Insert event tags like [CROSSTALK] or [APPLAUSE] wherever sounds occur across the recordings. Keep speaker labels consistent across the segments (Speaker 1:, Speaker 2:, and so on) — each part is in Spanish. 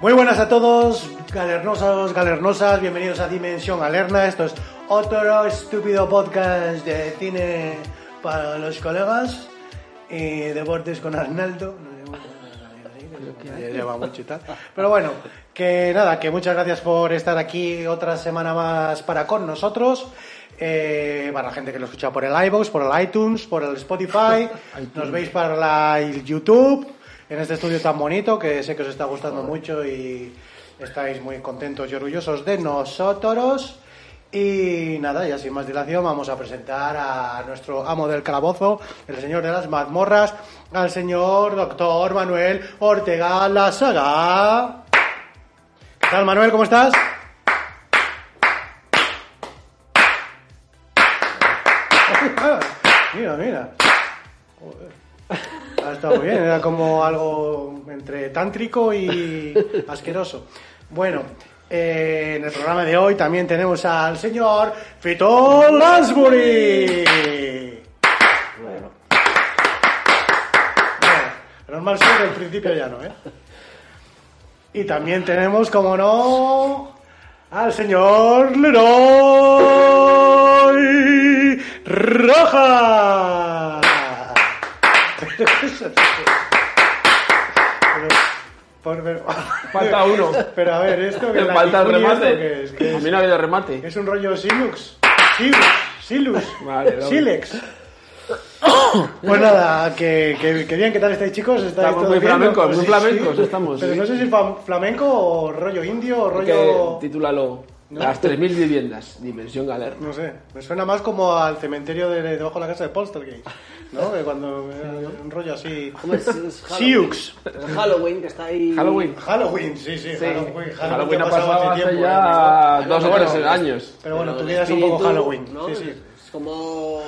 Speaker 1: Muy buenas a todos, galernosos, galernosas, bienvenidos a Dimensión Galerna. Esto es otro estúpido podcast de cine para los colegas y deportes con Arnaldo. Ya lleva mucho y tal. Pero bueno, que nada, que muchas gracias por estar aquí otra semana más para con nosotros. Eh, para la gente que lo escucha por el iVoox, por el iTunes, por el Spotify, nos veis para la el YouTube en este estudio tan bonito que sé que os está gustando mucho y estáis muy contentos y orgullosos de nosotros. Y nada, ya sin más dilación, vamos a presentar a nuestro amo del calabozo, el señor de las mazmorras, al señor doctor Manuel Ortega La Saga. ¿Qué tal, Manuel? ¿Cómo estás? [LAUGHS] Mira, mira. Ha estado muy bien, era como algo entre tántrico y asqueroso. Bueno, eh, en el programa de hoy también tenemos al señor Fito Lansbury. Bueno. Normal sí, del principio ya no, ¿eh? Y también tenemos, como no, al señor Leroy
Speaker 2: [LAUGHS]
Speaker 1: Rojas. Pero, por ver-
Speaker 2: Falta uno.
Speaker 1: Pero a ver, esto que
Speaker 2: Me
Speaker 1: la
Speaker 2: falta el
Speaker 1: vicuña,
Speaker 2: remate.
Speaker 1: ¿esto qué es? ¿Qué
Speaker 2: A
Speaker 1: es?
Speaker 2: mí no ha habido remate.
Speaker 1: Es un rollo Silux. Silux. Silux.
Speaker 2: Vale, lo-
Speaker 1: Silex. [COUGHS] Pues nada, que, que, que bien, ¿qué tal estáis chicos? ¿Estáis
Speaker 2: Estamos
Speaker 1: todo
Speaker 2: muy
Speaker 1: bien?
Speaker 2: flamencos,
Speaker 1: Pues
Speaker 2: muy
Speaker 1: sí,
Speaker 2: flamencos
Speaker 1: sí.
Speaker 2: estamos,
Speaker 1: Pero
Speaker 2: sí.
Speaker 1: no sé si fam- flamenco o rollo indio o rollo...
Speaker 2: Que titúlalo
Speaker 1: No.
Speaker 2: Las 3.000 viviendas, Dimensión Galer.
Speaker 1: No sé, me suena más como al cementerio de debajo de la casa de Poltergeist, ¿no? Que
Speaker 2: [LAUGHS]
Speaker 1: cuando era un rollo así...
Speaker 3: Hombre,
Speaker 1: [LAUGHS]
Speaker 3: es- es Halloween.
Speaker 1: Siux.
Speaker 3: Es Halloween que está ahí.
Speaker 2: Halloween.
Speaker 1: Halloween, sí, sí, Halloween.
Speaker 2: Halloween
Speaker 1: que
Speaker 2: ha Mm. pasado
Speaker 1: hace
Speaker 2: hace
Speaker 1: tiempo,
Speaker 2: ya
Speaker 1: ¿eh?
Speaker 2: dos o
Speaker 1: Bueno,
Speaker 2: tres años.
Speaker 1: Pero bueno,
Speaker 3: Pero
Speaker 1: tu
Speaker 3: el
Speaker 1: vida es un poco
Speaker 3: espíritu,
Speaker 1: Halloween,
Speaker 3: ¿no?
Speaker 1: sí, sí.
Speaker 3: Es como.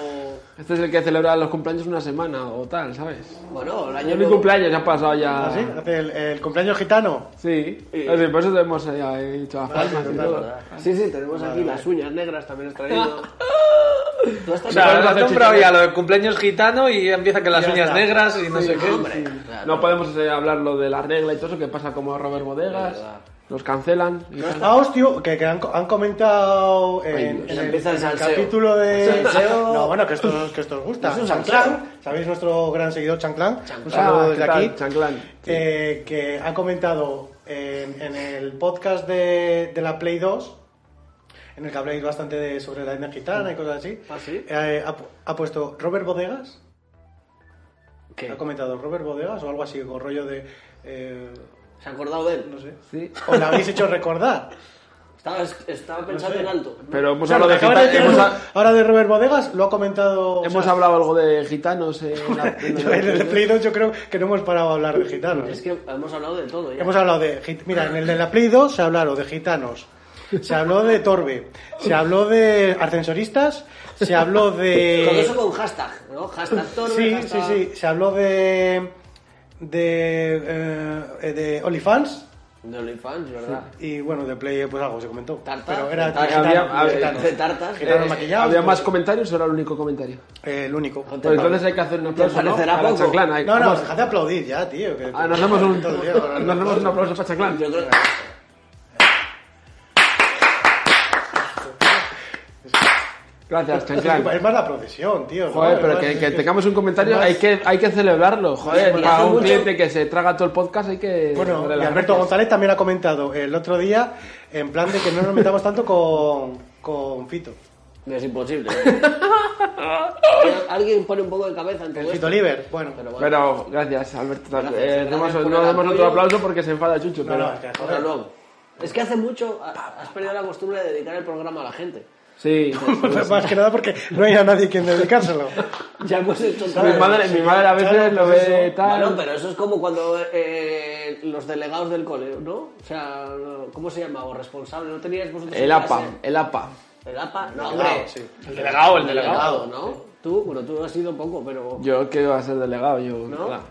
Speaker 2: Este es el que celebra los cumpleaños una semana o tal, ¿sabes?
Speaker 3: Bueno, el año.
Speaker 2: Yo mi
Speaker 3: nuevo-
Speaker 2: cumpleaños ya ha pasado ya.
Speaker 1: ¿Ah, sí? Hace el, el cumpleaños gitano.
Speaker 2: Sí,
Speaker 3: Sí.
Speaker 2: Así, por eso te hemos eh, hecho las palmas y
Speaker 1: total,
Speaker 2: todo.
Speaker 3: Sí, sí, tenemos aquí las uñas negras también has
Speaker 1: [LAUGHS]
Speaker 3: traído. Tú has traído-
Speaker 4: O sea,
Speaker 2: Claro,
Speaker 4: el
Speaker 2: hace
Speaker 4: ratón
Speaker 2: chiste.
Speaker 4: bravía, lo de cumpleaños gitano y empieza con las
Speaker 1: Ya
Speaker 4: uñas
Speaker 1: está.
Speaker 4: negras y no
Speaker 3: Sí,
Speaker 4: sé qué.
Speaker 3: hombre.
Speaker 2: No podemos eh, hablar lo de la regla y todo eso que pasa como Robert Bodegas.
Speaker 3: Verdad.
Speaker 2: Nos cancelan. y tal.
Speaker 1: Ah, hostia, que, que han, co- han comentado en,
Speaker 2: Ay, Dios.
Speaker 1: en el,
Speaker 3: Empieza el
Speaker 1: en el
Speaker 3: salseo.
Speaker 1: capítulo de...
Speaker 3: El salseo.
Speaker 1: No, bueno, que esto, que esto os gusta.
Speaker 3: Es un
Speaker 1: Chanclán,
Speaker 3: salseo.
Speaker 1: ¿sabéis nuestro gran seguidor Chanclán? Un
Speaker 2: Ah,
Speaker 1: saludo
Speaker 2: ¿qué
Speaker 1: desde
Speaker 2: tal,
Speaker 1: aquí.
Speaker 2: Chanclán.
Speaker 1: Eh, que ha comentado en, en el podcast de, de la Play 2, en el que habláis bastante de, sobre la etnia gitana y cosas así,
Speaker 3: ¿Ah, sí?
Speaker 1: eh, ha, pu- ha puesto Robert Bodegas,
Speaker 3: ¿Qué?
Speaker 1: ha comentado Robert Bodegas o algo así, con rollo de... eh,
Speaker 3: ¿Se ha acordado de él?
Speaker 1: no sé.
Speaker 2: Sí.
Speaker 1: ¿Os la habéis hecho recordar?
Speaker 3: Estaba, estaba pensando
Speaker 1: sé.
Speaker 3: en alto.
Speaker 2: Pero hemos
Speaker 1: Claro,
Speaker 2: hablado Pues de
Speaker 1: acaba de
Speaker 2: gita-
Speaker 1: decir Ru-
Speaker 2: hemos ha-
Speaker 1: Ahora de Robert Bodegas lo ha comentado. o
Speaker 2: Hemos
Speaker 1: sea,
Speaker 2: hablado algo de gitanos eh, en la- en
Speaker 1: yo- [LAUGHS] en el de
Speaker 2: la-
Speaker 1: Play 2 yo creo que no hemos parado a hablar de gitanos.
Speaker 3: Es que hemos hablado de todo ya.
Speaker 1: Hemos hablado de. git- Mira, en el de la Play 2 se hablaron de gitanos. Se habló de Torbe. Se habló de ascensoristas. Se habló
Speaker 3: Todo eso
Speaker 1: de.
Speaker 3: con hashtag, ¿no? Hashtag torre,
Speaker 1: Sí, sí,
Speaker 3: hashtag-
Speaker 1: sí. Se habló de. De. eh, de OnlyFans.
Speaker 3: De OnlyFans, ¿verdad?
Speaker 1: Y bueno, de Play, pues algo se comentó.
Speaker 3: Tarta.
Speaker 1: Pero era.
Speaker 3: Tarta.
Speaker 1: gitano,
Speaker 2: Había- había-
Speaker 1: gitano.
Speaker 3: De tartas.
Speaker 1: Gitano
Speaker 2: Eh,
Speaker 1: maquillado,
Speaker 2: ¿Había
Speaker 1: pues,
Speaker 2: más comentarios o era el único comentario?
Speaker 1: eh, el único.
Speaker 3: Joder,
Speaker 2: Pues entonces hay que hacer un aplauso, ¿no?
Speaker 3: parecerá
Speaker 2: Para
Speaker 3: poco.
Speaker 2: Chaclán. hay-
Speaker 1: No, no,
Speaker 2: vamos,
Speaker 1: dejad de aplaudir ya, tío. que-
Speaker 2: ah, nos
Speaker 1: [LAUGHS]
Speaker 2: damos un,
Speaker 1: Todo el día con el
Speaker 2: nos damos un aplauso para Chaclán.
Speaker 3: Yo creo
Speaker 2: Gracias,
Speaker 1: Es
Speaker 2: Chaclán.
Speaker 1: que es más la procesión, tío. ¿no?
Speaker 2: Joder, pero
Speaker 1: Es
Speaker 2: que,
Speaker 1: más-
Speaker 2: que
Speaker 1: es-
Speaker 2: tengamos un comentario
Speaker 1: es más-
Speaker 2: hay que, hay que celebrarlo. Joder,
Speaker 3: Además,
Speaker 2: para
Speaker 3: hace
Speaker 2: un
Speaker 3: mucho-
Speaker 2: cliente que se traga todo el podcast hay que...
Speaker 1: Bueno,
Speaker 2: darle
Speaker 1: y
Speaker 2: las
Speaker 1: Alberto
Speaker 2: gracias.
Speaker 1: González también ha comentado el otro día, en plan de que no nos metamos tanto con, con Fito.
Speaker 3: que es imposible. Alguien pone un poco de cabeza en todo
Speaker 1: El
Speaker 3: esto.
Speaker 1: Fito Oliver, bueno.
Speaker 3: Pero bueno.
Speaker 2: Pero gracias, Alberto.
Speaker 3: Gracias,
Speaker 2: Eh,
Speaker 3: gracias
Speaker 2: damos-
Speaker 3: por
Speaker 2: no
Speaker 3: el
Speaker 2: damos otro
Speaker 3: apoyo.
Speaker 2: aplauso porque se enfada Chucho.
Speaker 1: No,
Speaker 2: pero-
Speaker 1: no, es que,
Speaker 3: Ahora
Speaker 1: joder,
Speaker 3: luego. Es que hace mucho ha- has perdido la costumbre de dedicar el programa a la gente.
Speaker 2: Sí.
Speaker 1: [LAUGHS] Más que nada porque no hay a nadie quien dedicárselo.
Speaker 3: Ya hemos hecho todo.
Speaker 2: mi, madre, mi madre a veces
Speaker 1: Claro,
Speaker 2: lo
Speaker 1: pues
Speaker 2: ve
Speaker 1: eso.
Speaker 2: tal.
Speaker 3: Bueno, pero eso es como cuando eh, los delegados del cole, ¿no? O sea, ¿cómo se llama? O responsable, ¿no teníais vosotros?
Speaker 2: El
Speaker 3: en
Speaker 2: APA,
Speaker 3: clase?
Speaker 2: el APA.
Speaker 3: El APA, no, hombre.
Speaker 1: sí.
Speaker 4: El delegado, el
Speaker 3: El
Speaker 4: delegado.
Speaker 3: delegado, ¿no? Tú, bueno, tú has sido poco, pero...
Speaker 2: Yo que iba a ser delegado, yo.
Speaker 3: ¿No?
Speaker 2: claro,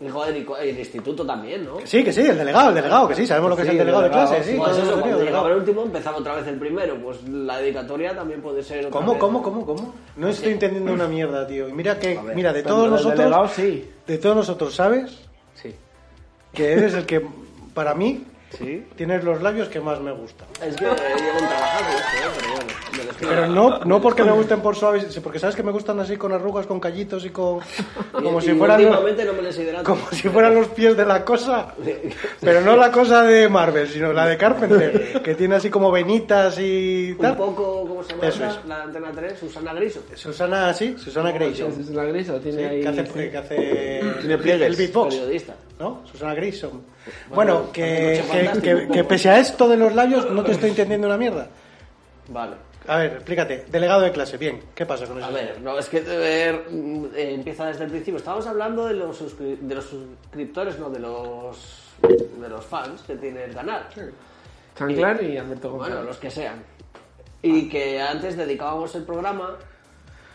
Speaker 3: Y joder, y co- y el instituto también, ¿no?
Speaker 1: Que sí, que sí, el delegado, el delegado, que sí, sabemos lo que
Speaker 2: Sí,
Speaker 1: es el delegado, de
Speaker 2: delegado,
Speaker 1: clase, sí.
Speaker 3: Pues
Speaker 1: todo
Speaker 3: eso,
Speaker 1: lo que
Speaker 3: cuando
Speaker 1: tiene,
Speaker 3: llegaba el
Speaker 1: delegado.
Speaker 3: último empezaba otra vez el primero. Pues la dedicatoria también puede ser otra
Speaker 1: ¿Cómo,
Speaker 3: vez.
Speaker 1: cómo, cómo, cómo? No estoy entendiendo una mierda, tío. Y mira que,
Speaker 2: ver,
Speaker 1: mira, de
Speaker 2: pero
Speaker 1: todos
Speaker 2: el
Speaker 1: nosotros,
Speaker 2: delegado sí.
Speaker 1: de todos nosotros, ¿sabes?
Speaker 2: Sí.
Speaker 1: Que eres el que, para mí,
Speaker 2: Sí.
Speaker 1: tienes los labios que más me gustan.
Speaker 3: Es que eh, llevo un trabajazo esto, eh, pero bueno, me despido.
Speaker 1: Pero no, no porque me gusten por suaves, porque sabes que me gustan así con arrugas, con callitos y con...
Speaker 3: Y-
Speaker 1: Como
Speaker 3: y
Speaker 1: si fueran... los-
Speaker 3: últimamente no me les hidrato.
Speaker 1: Como si fueran los pies de la cosa. Pero no la cosa de Marvel, sino la de Carpenter, que tiene así como venitas y
Speaker 3: Un
Speaker 1: tal.
Speaker 3: poco, ¿cómo se llama?
Speaker 1: Eso
Speaker 3: la-
Speaker 1: es.
Speaker 3: La antena 3, Susana Griso.
Speaker 1: Susana, sí, Susana Grayson.
Speaker 2: Esa es la grisa, tiene
Speaker 1: Sí,
Speaker 2: ahí.
Speaker 1: que hace, que hace
Speaker 2: Tiene pliegues,
Speaker 1: el beatbox,
Speaker 3: periodista.
Speaker 1: ¿no? Susana Grayson. Bueno, que,
Speaker 3: noche
Speaker 1: que-
Speaker 3: fantástica,
Speaker 1: que-
Speaker 3: un poco.
Speaker 1: que pese a esto de los labios no te estoy entendiendo una mierda.
Speaker 3: Vale.
Speaker 1: A ver, explícate. Delegado de clase, bien, ¿qué pasa con eso?
Speaker 3: A ver, no, es que eh, mm, eh, empieza desde el principio. Estábamos hablando de los, suscri- de los suscriptores, no de los, de los fans que tiene el canal.
Speaker 2: Chanclán y Alberto González.
Speaker 3: Bueno, los que sean. Y que antes dedicábamos el programa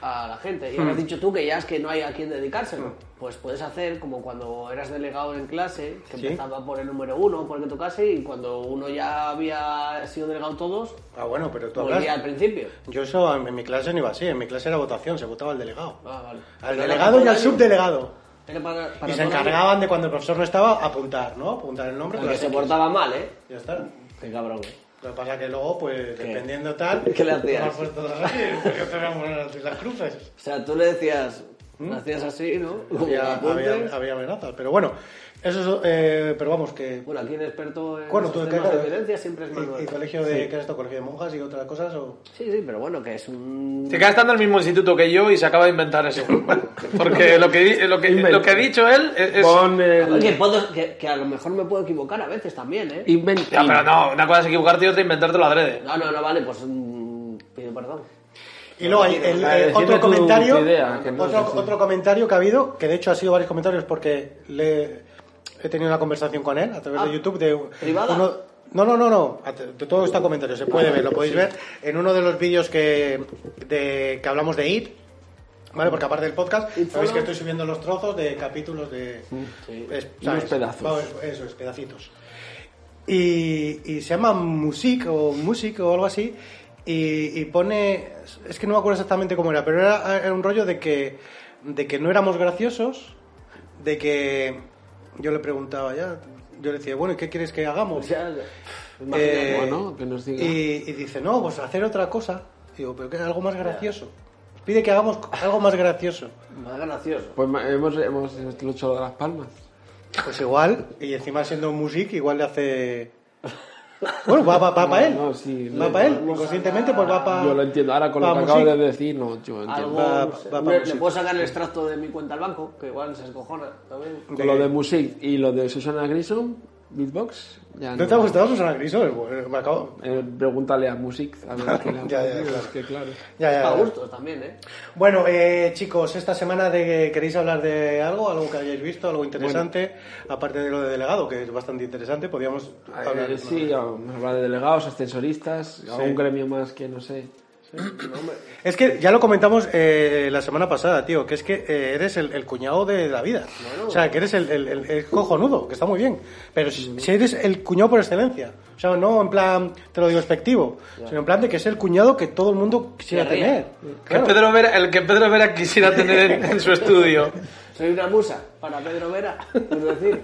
Speaker 3: a la gente. Y
Speaker 1: Hmm.
Speaker 3: ahora has dicho tú que ya es que no hay a quién dedicárselo. Pues puedes hacer como cuando eras delegado en clase, que
Speaker 1: Sí.
Speaker 3: empezaba por el número uno, por el que tocase, y cuando uno ya había sido delegado todos,
Speaker 1: Ah, bueno, pero tú
Speaker 3: volvía al
Speaker 1: hablas.
Speaker 3: principio.
Speaker 1: Yo eso en mi clase no iba así, en mi clase era votación, se votaba al delegado.
Speaker 3: Ah, vale.
Speaker 1: Al delegado
Speaker 3: Pero
Speaker 1: y
Speaker 3: era
Speaker 1: al
Speaker 3: para todo el año.
Speaker 1: subdelegado.
Speaker 3: Era para- para
Speaker 1: Y se
Speaker 3: todo el año.
Speaker 1: encargaban de cuando el profesor no estaba apuntar, ¿no? Apuntar el nombre.
Speaker 3: El
Speaker 1: con
Speaker 3: que
Speaker 1: las
Speaker 3: se
Speaker 1: X.
Speaker 3: portaba mal, ¿eh?
Speaker 1: Ya está.
Speaker 3: Qué cabrón, ¿eh?
Speaker 1: Lo que pasa que luego, pues, dependiendo tal...
Speaker 3: ¿Qué le hacías?
Speaker 1: pues, todas así, porque pegamos las- las cruces.
Speaker 3: O sea, tú le decías, lo hacías así, ¿no? Como
Speaker 1: ¿Mm? había,
Speaker 3: apuntes.
Speaker 1: había- había amenazas, pero bueno, eso es, eh, pero vamos, que...
Speaker 3: Bueno, aquí el experto en
Speaker 1: Bueno,
Speaker 3: los
Speaker 1: tú,
Speaker 3: temas
Speaker 1: claro,
Speaker 3: de violencia siempre es
Speaker 1: y-
Speaker 3: Manuel.
Speaker 1: y colegio de, ¿qué es esto? ¿Colegio de monjas y otras cosas? O...
Speaker 3: Sí, sí, pero bueno, que es un...
Speaker 4: Se queda estando en el mismo instituto que yo y se acaba de inventar ese grupo. Porque lo que, di- lo que, lo que ha dicho él es... es-
Speaker 2: Pon
Speaker 3: A ver,
Speaker 2: el.
Speaker 3: Que, puedo- que- que a lo mejor me puedo equivocar a veces también, ¿eh?
Speaker 2: Inventa.
Speaker 4: Ya, pero no, una cosa es equivocarte y otra inventártelo adrede.
Speaker 3: No, no, no, vale, pues mm, pido perdón.
Speaker 1: Y luego hay el-
Speaker 2: Vale,
Speaker 1: eh, otro
Speaker 2: defiende tu-
Speaker 1: comentario,
Speaker 2: tu idea, que no
Speaker 1: otro,
Speaker 2: sé si-
Speaker 1: otro comentario que ha habido, que de hecho ha sido varios comentarios porque le, he tenido una conversación con él a través
Speaker 3: Ah,
Speaker 1: de YouTube de
Speaker 3: ¿privada?
Speaker 1: uno- no, no, no, no. a t- de Todo está en comentario, se puede ver, lo podéis ver en uno de los vídeos que, de- que hablamos de IT, ¿vale? Porque aparte del podcast,
Speaker 3: It
Speaker 1: sabéis
Speaker 3: Follow.
Speaker 1: que estoy subiendo los trozos de capítulos de...
Speaker 3: sí.
Speaker 1: es-
Speaker 2: Unos pedazos.
Speaker 1: Vamos, eso es, pedacitos. Y, y se llama Music o Music o algo así. Y, y pone. Es que no me acuerdo exactamente cómo era, pero era, era un rollo de que, de que no éramos graciosos. De que. Yo le preguntaba ya. Yo le decía, bueno, ¿y qué quieres que hagamos?
Speaker 3: O sea,
Speaker 1: Eh,
Speaker 2: bueno, que nos diga.
Speaker 1: Y, y dice, no, pues hacer otra cosa. Digo, pero que algo más gracioso. Nos Pide que hagamos algo más gracioso.
Speaker 3: más gracioso.
Speaker 2: Pues ma- hemos, hemos hecho lo de las palmas.
Speaker 1: Pues igual, y encima siendo music, igual le hace. Bueno, va, para él.
Speaker 2: no, sí,
Speaker 1: va
Speaker 2: no,
Speaker 1: para él.
Speaker 3: vamos a
Speaker 1: Inconscientemente, pues va para.
Speaker 2: Yo lo entiendo. Ahora con lo
Speaker 1: va
Speaker 2: que
Speaker 1: music.
Speaker 2: acabas de decir, no, yo entiendo.
Speaker 3: Algo...
Speaker 1: Va-
Speaker 3: no sé,
Speaker 1: va pa'
Speaker 3: le,
Speaker 1: música.
Speaker 3: le puedo sacar el extracto de mi cuenta al banco, que igual se escojona también.
Speaker 2: Con lo de Music y lo de Susana Grison, Beatbox, ya no.
Speaker 1: ¿No te ha gustado Susana Griso? Es bueno, Me acabo.
Speaker 2: Eh, pregúntale a Music
Speaker 1: [LAUGHS]
Speaker 2: a ver qué le ha
Speaker 1: Ya, ya,
Speaker 2: parecido,
Speaker 1: claro.
Speaker 2: es que claro.
Speaker 1: Ya, ya,
Speaker 3: Para
Speaker 1: ya.
Speaker 3: gustos también, ¿eh?
Speaker 1: Bueno, eh, chicos, esta semana de, queréis hablar de algo, algo que hayáis visto, algo interesante, aparte de lo de delegado, que es bastante interesante, podríamos
Speaker 2: Eh,
Speaker 1: hablar. de-
Speaker 2: sí, vamos a hablar de delegados, ascensoristas, a un gremio más que no
Speaker 4: Eh,
Speaker 2: sé.
Speaker 1: Es que ya lo comentamos eh, la semana pasada, tío, que es que eh, eres el, el cuñado de la vida. O sea, que eres el, el- el- el cojonudo, que está muy bien. Pero si, si eres el cuñado por excelencia. O sea, no en plan, te lo digo despectivo, sino en plan de que es el cuñado que todo el mundo quisiera
Speaker 3: Querría.
Speaker 1: tener. Claro.
Speaker 4: Que Pedro Vera, el que Pedro Vera quisiera tener en, en su estudio.
Speaker 3: Soy una musa para Pedro Vera, es decir.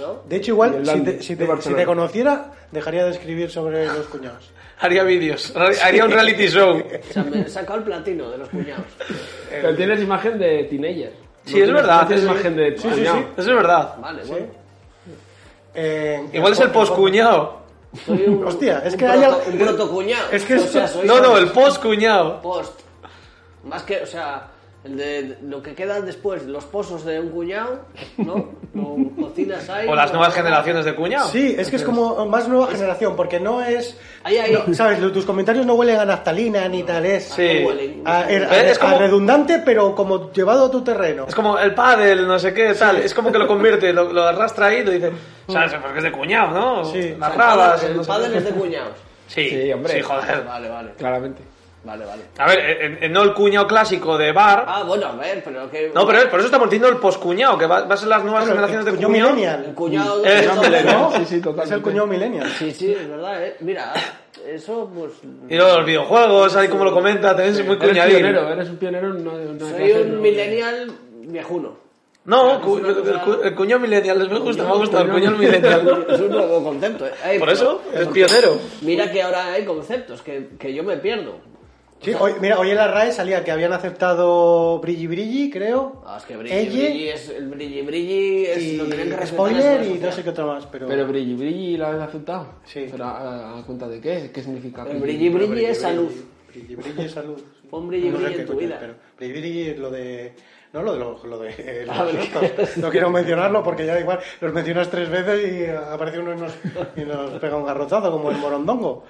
Speaker 3: ¿No?
Speaker 1: De hecho, igual,
Speaker 2: De
Speaker 1: si
Speaker 2: Landy,
Speaker 1: te, si
Speaker 2: de
Speaker 1: te- si
Speaker 2: Barcelona.
Speaker 1: te conociera, dejaría de escribir sobre los cuñados.
Speaker 4: Haría vídeos, haría un reality show.
Speaker 3: O sea, me he sacado el platino de los cuñados.
Speaker 2: Pero tienes imagen de teenager.
Speaker 4: Sí,
Speaker 2: No
Speaker 4: es
Speaker 2: tienes-
Speaker 4: verdad,
Speaker 2: no Tienes
Speaker 4: sí, sí.
Speaker 2: imagen de
Speaker 4: Sí, sí, sí,
Speaker 2: cuñado.
Speaker 4: eso es verdad.
Speaker 3: Vale, bueno.
Speaker 1: Eh,
Speaker 4: Igual es el poscuñado.
Speaker 3: Soy un,
Speaker 1: Hostia, es
Speaker 3: un
Speaker 1: que hay
Speaker 3: proto-
Speaker 1: al-
Speaker 3: un protocuñado.
Speaker 1: Es que
Speaker 3: o
Speaker 1: es-
Speaker 3: sea, soy
Speaker 4: No, no, el poscuñado.
Speaker 3: post. Más que, o sea, el de lo que quedan después, los pozos de un cuñado, ¿no? Lo cocinas ahí.
Speaker 4: O las
Speaker 3: lo-
Speaker 4: nuevas generaciones de cuñado.
Speaker 1: Sí, es que es como más nueva generación, porque no es.
Speaker 3: Ahí, ahí.
Speaker 1: no, ¿Sabes? Lo- Tus comentarios no huelen a naftalina ni tal, es.
Speaker 4: Sí.
Speaker 3: No huelen.
Speaker 1: A, a-
Speaker 4: Pero es
Speaker 1: a
Speaker 4: como-
Speaker 1: Ah, redundante, pero como llevado a tu terreno.
Speaker 4: Es como el pádel, no sé qué, tal. Es como que lo convierte, lo, lo arrastra ahí y lo dice. ¿Sabes? Porque es de cuñado, ¿no?
Speaker 1: Sí.
Speaker 4: Las
Speaker 3: El padre-
Speaker 4: rabas. no
Speaker 3: El
Speaker 4: sé
Speaker 3: padre
Speaker 4: qué.
Speaker 3: es de cuñados.
Speaker 4: Sí,
Speaker 2: Sí, hombre.
Speaker 4: Sí, joder.
Speaker 3: Vale, vale.
Speaker 2: Claramente.
Speaker 3: Vale, vale.
Speaker 4: A ver, eh, eh, no el cuñado clásico de bar.
Speaker 3: Ah, bueno, a ver, pero que.
Speaker 4: No, pero es- por eso estamos diciendo el poscuñado, que va, va a ser las nuevas generaciones de
Speaker 1: el cuñado
Speaker 4: cuñado.
Speaker 3: El
Speaker 1: millennial.
Speaker 3: cuñado.
Speaker 4: Eh,
Speaker 3: eso-
Speaker 4: hombre,
Speaker 1: ¿no?
Speaker 2: Sí, sí, totalmente.
Speaker 1: Es el cuñado millennial.
Speaker 3: Sí, sí, es verdad, eh. Mira, eso pues.
Speaker 4: Y luego los videojuegos, ahí como lo comenta, también es muy
Speaker 2: Eres pionero, eh.
Speaker 4: cuñadín.
Speaker 2: eres un pionero. No, no hay que
Speaker 3: Soy
Speaker 2: hacerlo.
Speaker 3: un millennial viejuno.
Speaker 4: No,
Speaker 3: Claro,
Speaker 4: cu-
Speaker 3: es una
Speaker 4: el,
Speaker 3: cosa-
Speaker 4: cu- el cuñado millennial, es- me gusta, me
Speaker 2: Cuñado,
Speaker 4: gusta, el
Speaker 2: cuñado.
Speaker 4: cuñado
Speaker 3: [LAUGHS]
Speaker 4: millennial.
Speaker 3: Es un nuevo concepto, eh. Ay,
Speaker 4: Por
Speaker 3: pero-
Speaker 4: eso, es pionero.
Speaker 3: Mira que ahora hay conceptos que, que yo me pierdo.
Speaker 1: Sí, hoy, mira, hoy en la RAE salía que habían aceptado Brilli Brilli, creo.
Speaker 3: Ah, es que Brilli,
Speaker 1: Elle
Speaker 3: Brilli es. El Brilli, Brilli es.
Speaker 1: y
Speaker 3: lo tenían que respetar
Speaker 1: Spoiler
Speaker 3: las
Speaker 1: y no
Speaker 3: nuevas
Speaker 1: sé qué
Speaker 3: sociedades.
Speaker 1: otra más, pero...
Speaker 2: Pero Brilli Brilli la has aceptado.
Speaker 1: Sí.
Speaker 2: Pero ah, a, a cuenta de qué? ¿Qué significa?
Speaker 3: El Brilli, Brilli es salud.
Speaker 1: Brilli Brilli es salud.
Speaker 3: Pon Brilli,
Speaker 1: No sé
Speaker 3: Brilli
Speaker 1: qué
Speaker 3: en tu
Speaker 1: coño
Speaker 3: vida.
Speaker 1: es, pero Brilli Brilli es lo de... No, lo de los... Lo de,
Speaker 3: Ah,
Speaker 1: los ricos. no quiero mencionarlo porque ya da igual los mencionas tres veces y aparece uno y nos, y nos pega un garrotazo como el morondongo.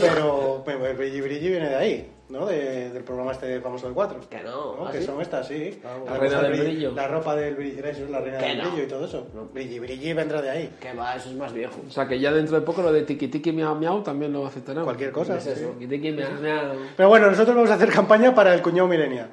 Speaker 1: Pero pero Brilli Brilli viene de ahí, ¿no? De- del programa este famoso del 4.
Speaker 3: Que no, ¿ah,
Speaker 1: Que
Speaker 3: sí?
Speaker 1: son estas, sí.
Speaker 2: Ah, La reina
Speaker 1: cosa
Speaker 2: del brillo.
Speaker 1: La ropa del brillo, eso es la reina
Speaker 3: Que
Speaker 1: del
Speaker 3: no.
Speaker 1: brillo y todo eso. Brilli Brilli vendrá de ahí.
Speaker 3: Que va, eso es más viejo.
Speaker 2: O sea que ya dentro de poco lo de tiki tiki miau miau también lo aceptarán.
Speaker 1: Cualquier cosa,
Speaker 2: Es
Speaker 1: sí.
Speaker 2: eso, tiki tiki miau miau.
Speaker 1: Pero bueno, nosotros vamos a hacer campaña para el cuñado milenial.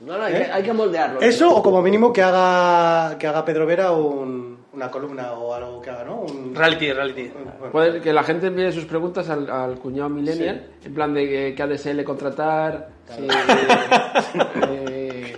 Speaker 3: No, no, hay,
Speaker 1: ¿Eh?
Speaker 3: que, hay que moldearlo.
Speaker 1: Eso, o como mínimo que haga que haga Pedro Vera un- una columna o algo que haga, ¿no? Un-
Speaker 4: Reality, reality.
Speaker 1: un- bueno.
Speaker 2: Puede que la gente envíe sus preguntas al, al cuñado millennial, en plan de que- qué ADSL contratar, si, eh,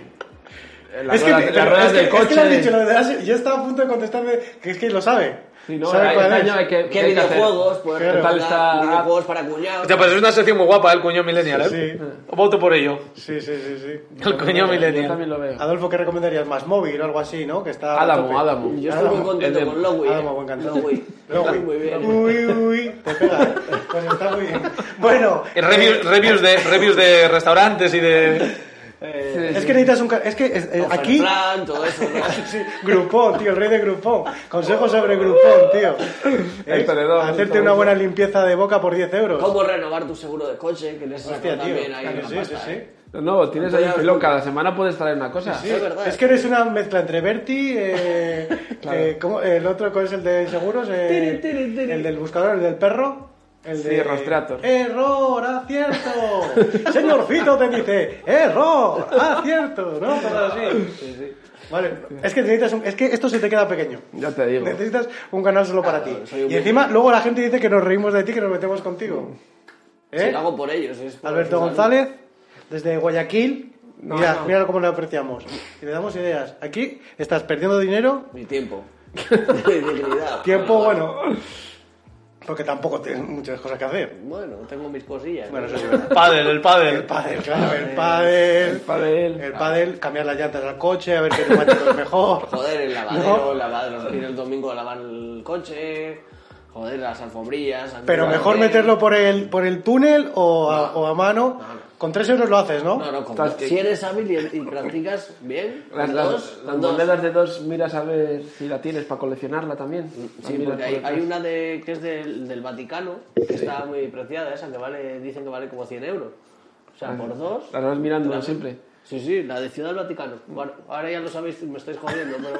Speaker 1: [LAUGHS]
Speaker 2: las
Speaker 1: es que,
Speaker 2: ruedas, las
Speaker 1: pero
Speaker 2: ruedas
Speaker 1: es que-
Speaker 2: del
Speaker 1: es que
Speaker 2: coche.
Speaker 1: lo has dicho, lo de Asia, yo estaba a punto de contestarle que es que lo sabe.
Speaker 2: Sí, no,
Speaker 1: sabe
Speaker 2: hay-
Speaker 1: cuál
Speaker 2: este
Speaker 1: es.
Speaker 2: año hay que-
Speaker 3: ¿Qué
Speaker 2: hay que hacer.
Speaker 3: videojuegos? Pues
Speaker 1: Claro.
Speaker 2: Tal
Speaker 3: recomendar
Speaker 2: está-
Speaker 3: videojuegos para cuñados.
Speaker 4: Hostia, pues es una sección muy guapa, ¿eh? el cuñado millennial, ¿eh?
Speaker 1: Sí.
Speaker 4: Voto por ello.
Speaker 1: Sí, sí, sí, sí.
Speaker 2: [LAUGHS]
Speaker 4: El
Speaker 2: Yo
Speaker 4: cuñado millennial.
Speaker 2: también lo veo.
Speaker 1: Adolfo, ¿qué recomendarías? Más móvil o algo así, ¿no? Que está a tope.
Speaker 2: Adamo, Adamo.
Speaker 3: Yo estoy muy
Speaker 1: Adamo,
Speaker 3: contento
Speaker 2: el de-
Speaker 3: con Lowy. ¿eh?
Speaker 1: Adamo, buen cantante.
Speaker 3: Lowy.
Speaker 1: [LAUGHS] Lowy.
Speaker 3: Muy bien.
Speaker 1: Uy, uy, te pega. ¿eh? Pues está muy
Speaker 2: [LAUGHS]
Speaker 1: bien. Bueno,
Speaker 4: Y Reviews, reviews, de, reviews de restaurantes y de...
Speaker 2: Sí,
Speaker 1: eh, es
Speaker 2: sí.
Speaker 1: que necesitas un... ca- Es que es- eh, aquí...
Speaker 3: Plan, todo eso. ¿no?
Speaker 1: [LAUGHS] Sí, Grupón, tío, el rey de Grupón. Consejo sobre Grupón, tío. Eh,
Speaker 2: El tenedor, el
Speaker 1: Hacerte
Speaker 2: tenedor.
Speaker 1: una buena limpieza de boca por 10 euros.
Speaker 3: ¿Cómo renovar tu seguro de coche? Que les saca
Speaker 1: Hostia, tío.
Speaker 3: también ahí
Speaker 1: Claro,
Speaker 3: una
Speaker 1: sí, sí,
Speaker 3: pasta,
Speaker 1: sí.
Speaker 3: ¿eh?
Speaker 2: No, tienes ahí un pilón, cada semana puedes traer una cosa.
Speaker 1: Sí,
Speaker 3: Es verdad.
Speaker 1: Es que eres una mezcla entre Berti,
Speaker 3: [LAUGHS]
Speaker 1: eh, eh, ¿cómo- el otro, ¿cuál es el de seguros? Eh,
Speaker 3: Tiri, tiri, tiri.
Speaker 1: El del buscador, el del perro. El
Speaker 2: Sí,
Speaker 1: de
Speaker 2: Rastreator.
Speaker 1: Error, acierto. [LAUGHS] Señor Fito te dice, error, acierto. ¿No? Cosas así. Vale, es que necesitas un- es que esto se te queda pequeño.
Speaker 2: Ya te digo.
Speaker 1: Necesitas un canal solo para
Speaker 3: Claro,
Speaker 1: ti.
Speaker 3: soy un
Speaker 1: Y encima, luego la gente dice que nos reímos de ti, que nos metemos contigo.
Speaker 3: Si
Speaker 1: ¿Eh?
Speaker 3: lo Mm. hago por ellos. es por-
Speaker 1: Alberto González, desde Guayaquil.
Speaker 2: No,
Speaker 1: mira,
Speaker 2: no.
Speaker 1: mira cómo lo apreciamos. Y le damos ideas. Aquí estás perdiendo dinero, [LAUGHS]
Speaker 3: Mi tiempo. [LAUGHS] Mi dignidad.
Speaker 1: tiempo, bueno. Porque tampoco tienes muchas cosas que hacer.
Speaker 3: Bueno, tengo mis cosillas.
Speaker 1: Bueno,
Speaker 3: ¿no?
Speaker 1: eso sí, ¿verdad?
Speaker 4: Pádel, el
Speaker 1: El
Speaker 4: pádel.
Speaker 1: pádel, claro, el pádel.
Speaker 2: Para él.
Speaker 1: El pádel, cambiar las llantas al coche, a ver qué neumático es mejor.
Speaker 3: [LAUGHS] [LAUGHS] Joder, el lavadero, lavadero, ir el domingo a lavar el coche, joder, las alfombrillas.
Speaker 1: Pero
Speaker 3: lavar
Speaker 1: mejor
Speaker 3: bien.
Speaker 1: meterlo por el, por el túnel o a, o a mano. Con 3 euros lo haces, ¿no?
Speaker 3: No, no, como-
Speaker 2: Estás que-
Speaker 3: si eres hábil y, y practicas
Speaker 1: [LAUGHS]
Speaker 3: bien,
Speaker 2: Las,
Speaker 3: con
Speaker 2: las-
Speaker 3: dos,
Speaker 2: las
Speaker 3: con dos.
Speaker 2: monedas de dos miras a ver si la tienes para coleccionarla también. La
Speaker 3: Sí,
Speaker 2: miras
Speaker 3: porque hay,
Speaker 2: por
Speaker 3: hay
Speaker 2: detrás.
Speaker 3: una de, que es del, del Vaticano, que está muy preciada, esa que vale, dicen que vale como 100 euros. O sea, por dos.
Speaker 2: Las vas mirando
Speaker 3: Claro.
Speaker 2: siempre.
Speaker 3: Sí, sí, la de Ciudad del Vaticano. Bueno, ahora ya lo sabéis, me estáis jodiendo, pero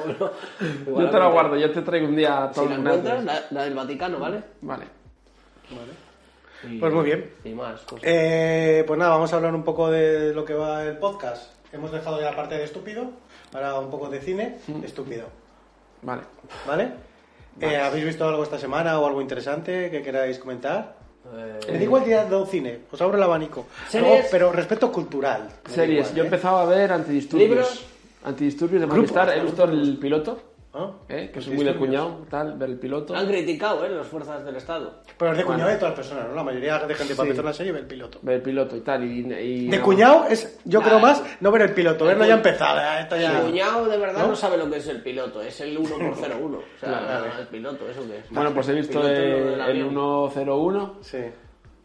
Speaker 2: [LAUGHS]
Speaker 3: bueno.
Speaker 2: Yo te la guardo, yo te traigo un día a
Speaker 3: Si
Speaker 2: todos
Speaker 3: la
Speaker 2: los nerds.
Speaker 3: encuentras, la, la del Vaticano, ¿vale?
Speaker 2: Vale.
Speaker 3: Y-
Speaker 1: Pues muy bien.
Speaker 3: Y más cosas.
Speaker 1: Eh, pues nada, vamos a hablar un poco de lo que va el podcast. Hemos dejado ya la parte de estúpido, ahora un poco de cine,
Speaker 2: Mm.
Speaker 1: estúpido.
Speaker 2: Vale.
Speaker 1: ¿Vale? Eh, ¿Habéis visto algo esta semana o algo interesante que queráis comentar?
Speaker 3: Eh,
Speaker 1: Me da igual tirando cine, os abro el abanico.
Speaker 3: Series.
Speaker 1: Algo- pero respeto cultural. me da
Speaker 2: Series.
Speaker 1: igual, ¿eh?
Speaker 2: Yo he empezado a ver antidisturbios.
Speaker 3: Libros.
Speaker 2: Antidisturbios de Movistar. He visto el piloto,
Speaker 1: ¿Ah?
Speaker 2: ¿eh? que es muy de cuñado, tal, ver el piloto.
Speaker 3: han criticado, ¿eh? Las fuerzas del Estado.
Speaker 1: Pero es de cuñado de todas las personas, ¿no? La mayoría de gente para empezar la serie ve el piloto.
Speaker 2: Ver el piloto y tal. Y, y-
Speaker 1: De
Speaker 2: no.
Speaker 1: cuñado es, yo creo más, no ver el piloto, verlo
Speaker 3: cu-
Speaker 1: ya empezado. ¿eh? Esto ya-
Speaker 3: El cuñado de verdad ¿No? sabe lo que es el piloto, es el 1
Speaker 2: [LAUGHS]
Speaker 3: por 01 O sea, el piloto, ¿eso qué es?
Speaker 2: Bueno, pues he pues visto
Speaker 3: Piloto
Speaker 2: el,
Speaker 3: del avión.
Speaker 2: el 101.
Speaker 1: Sí.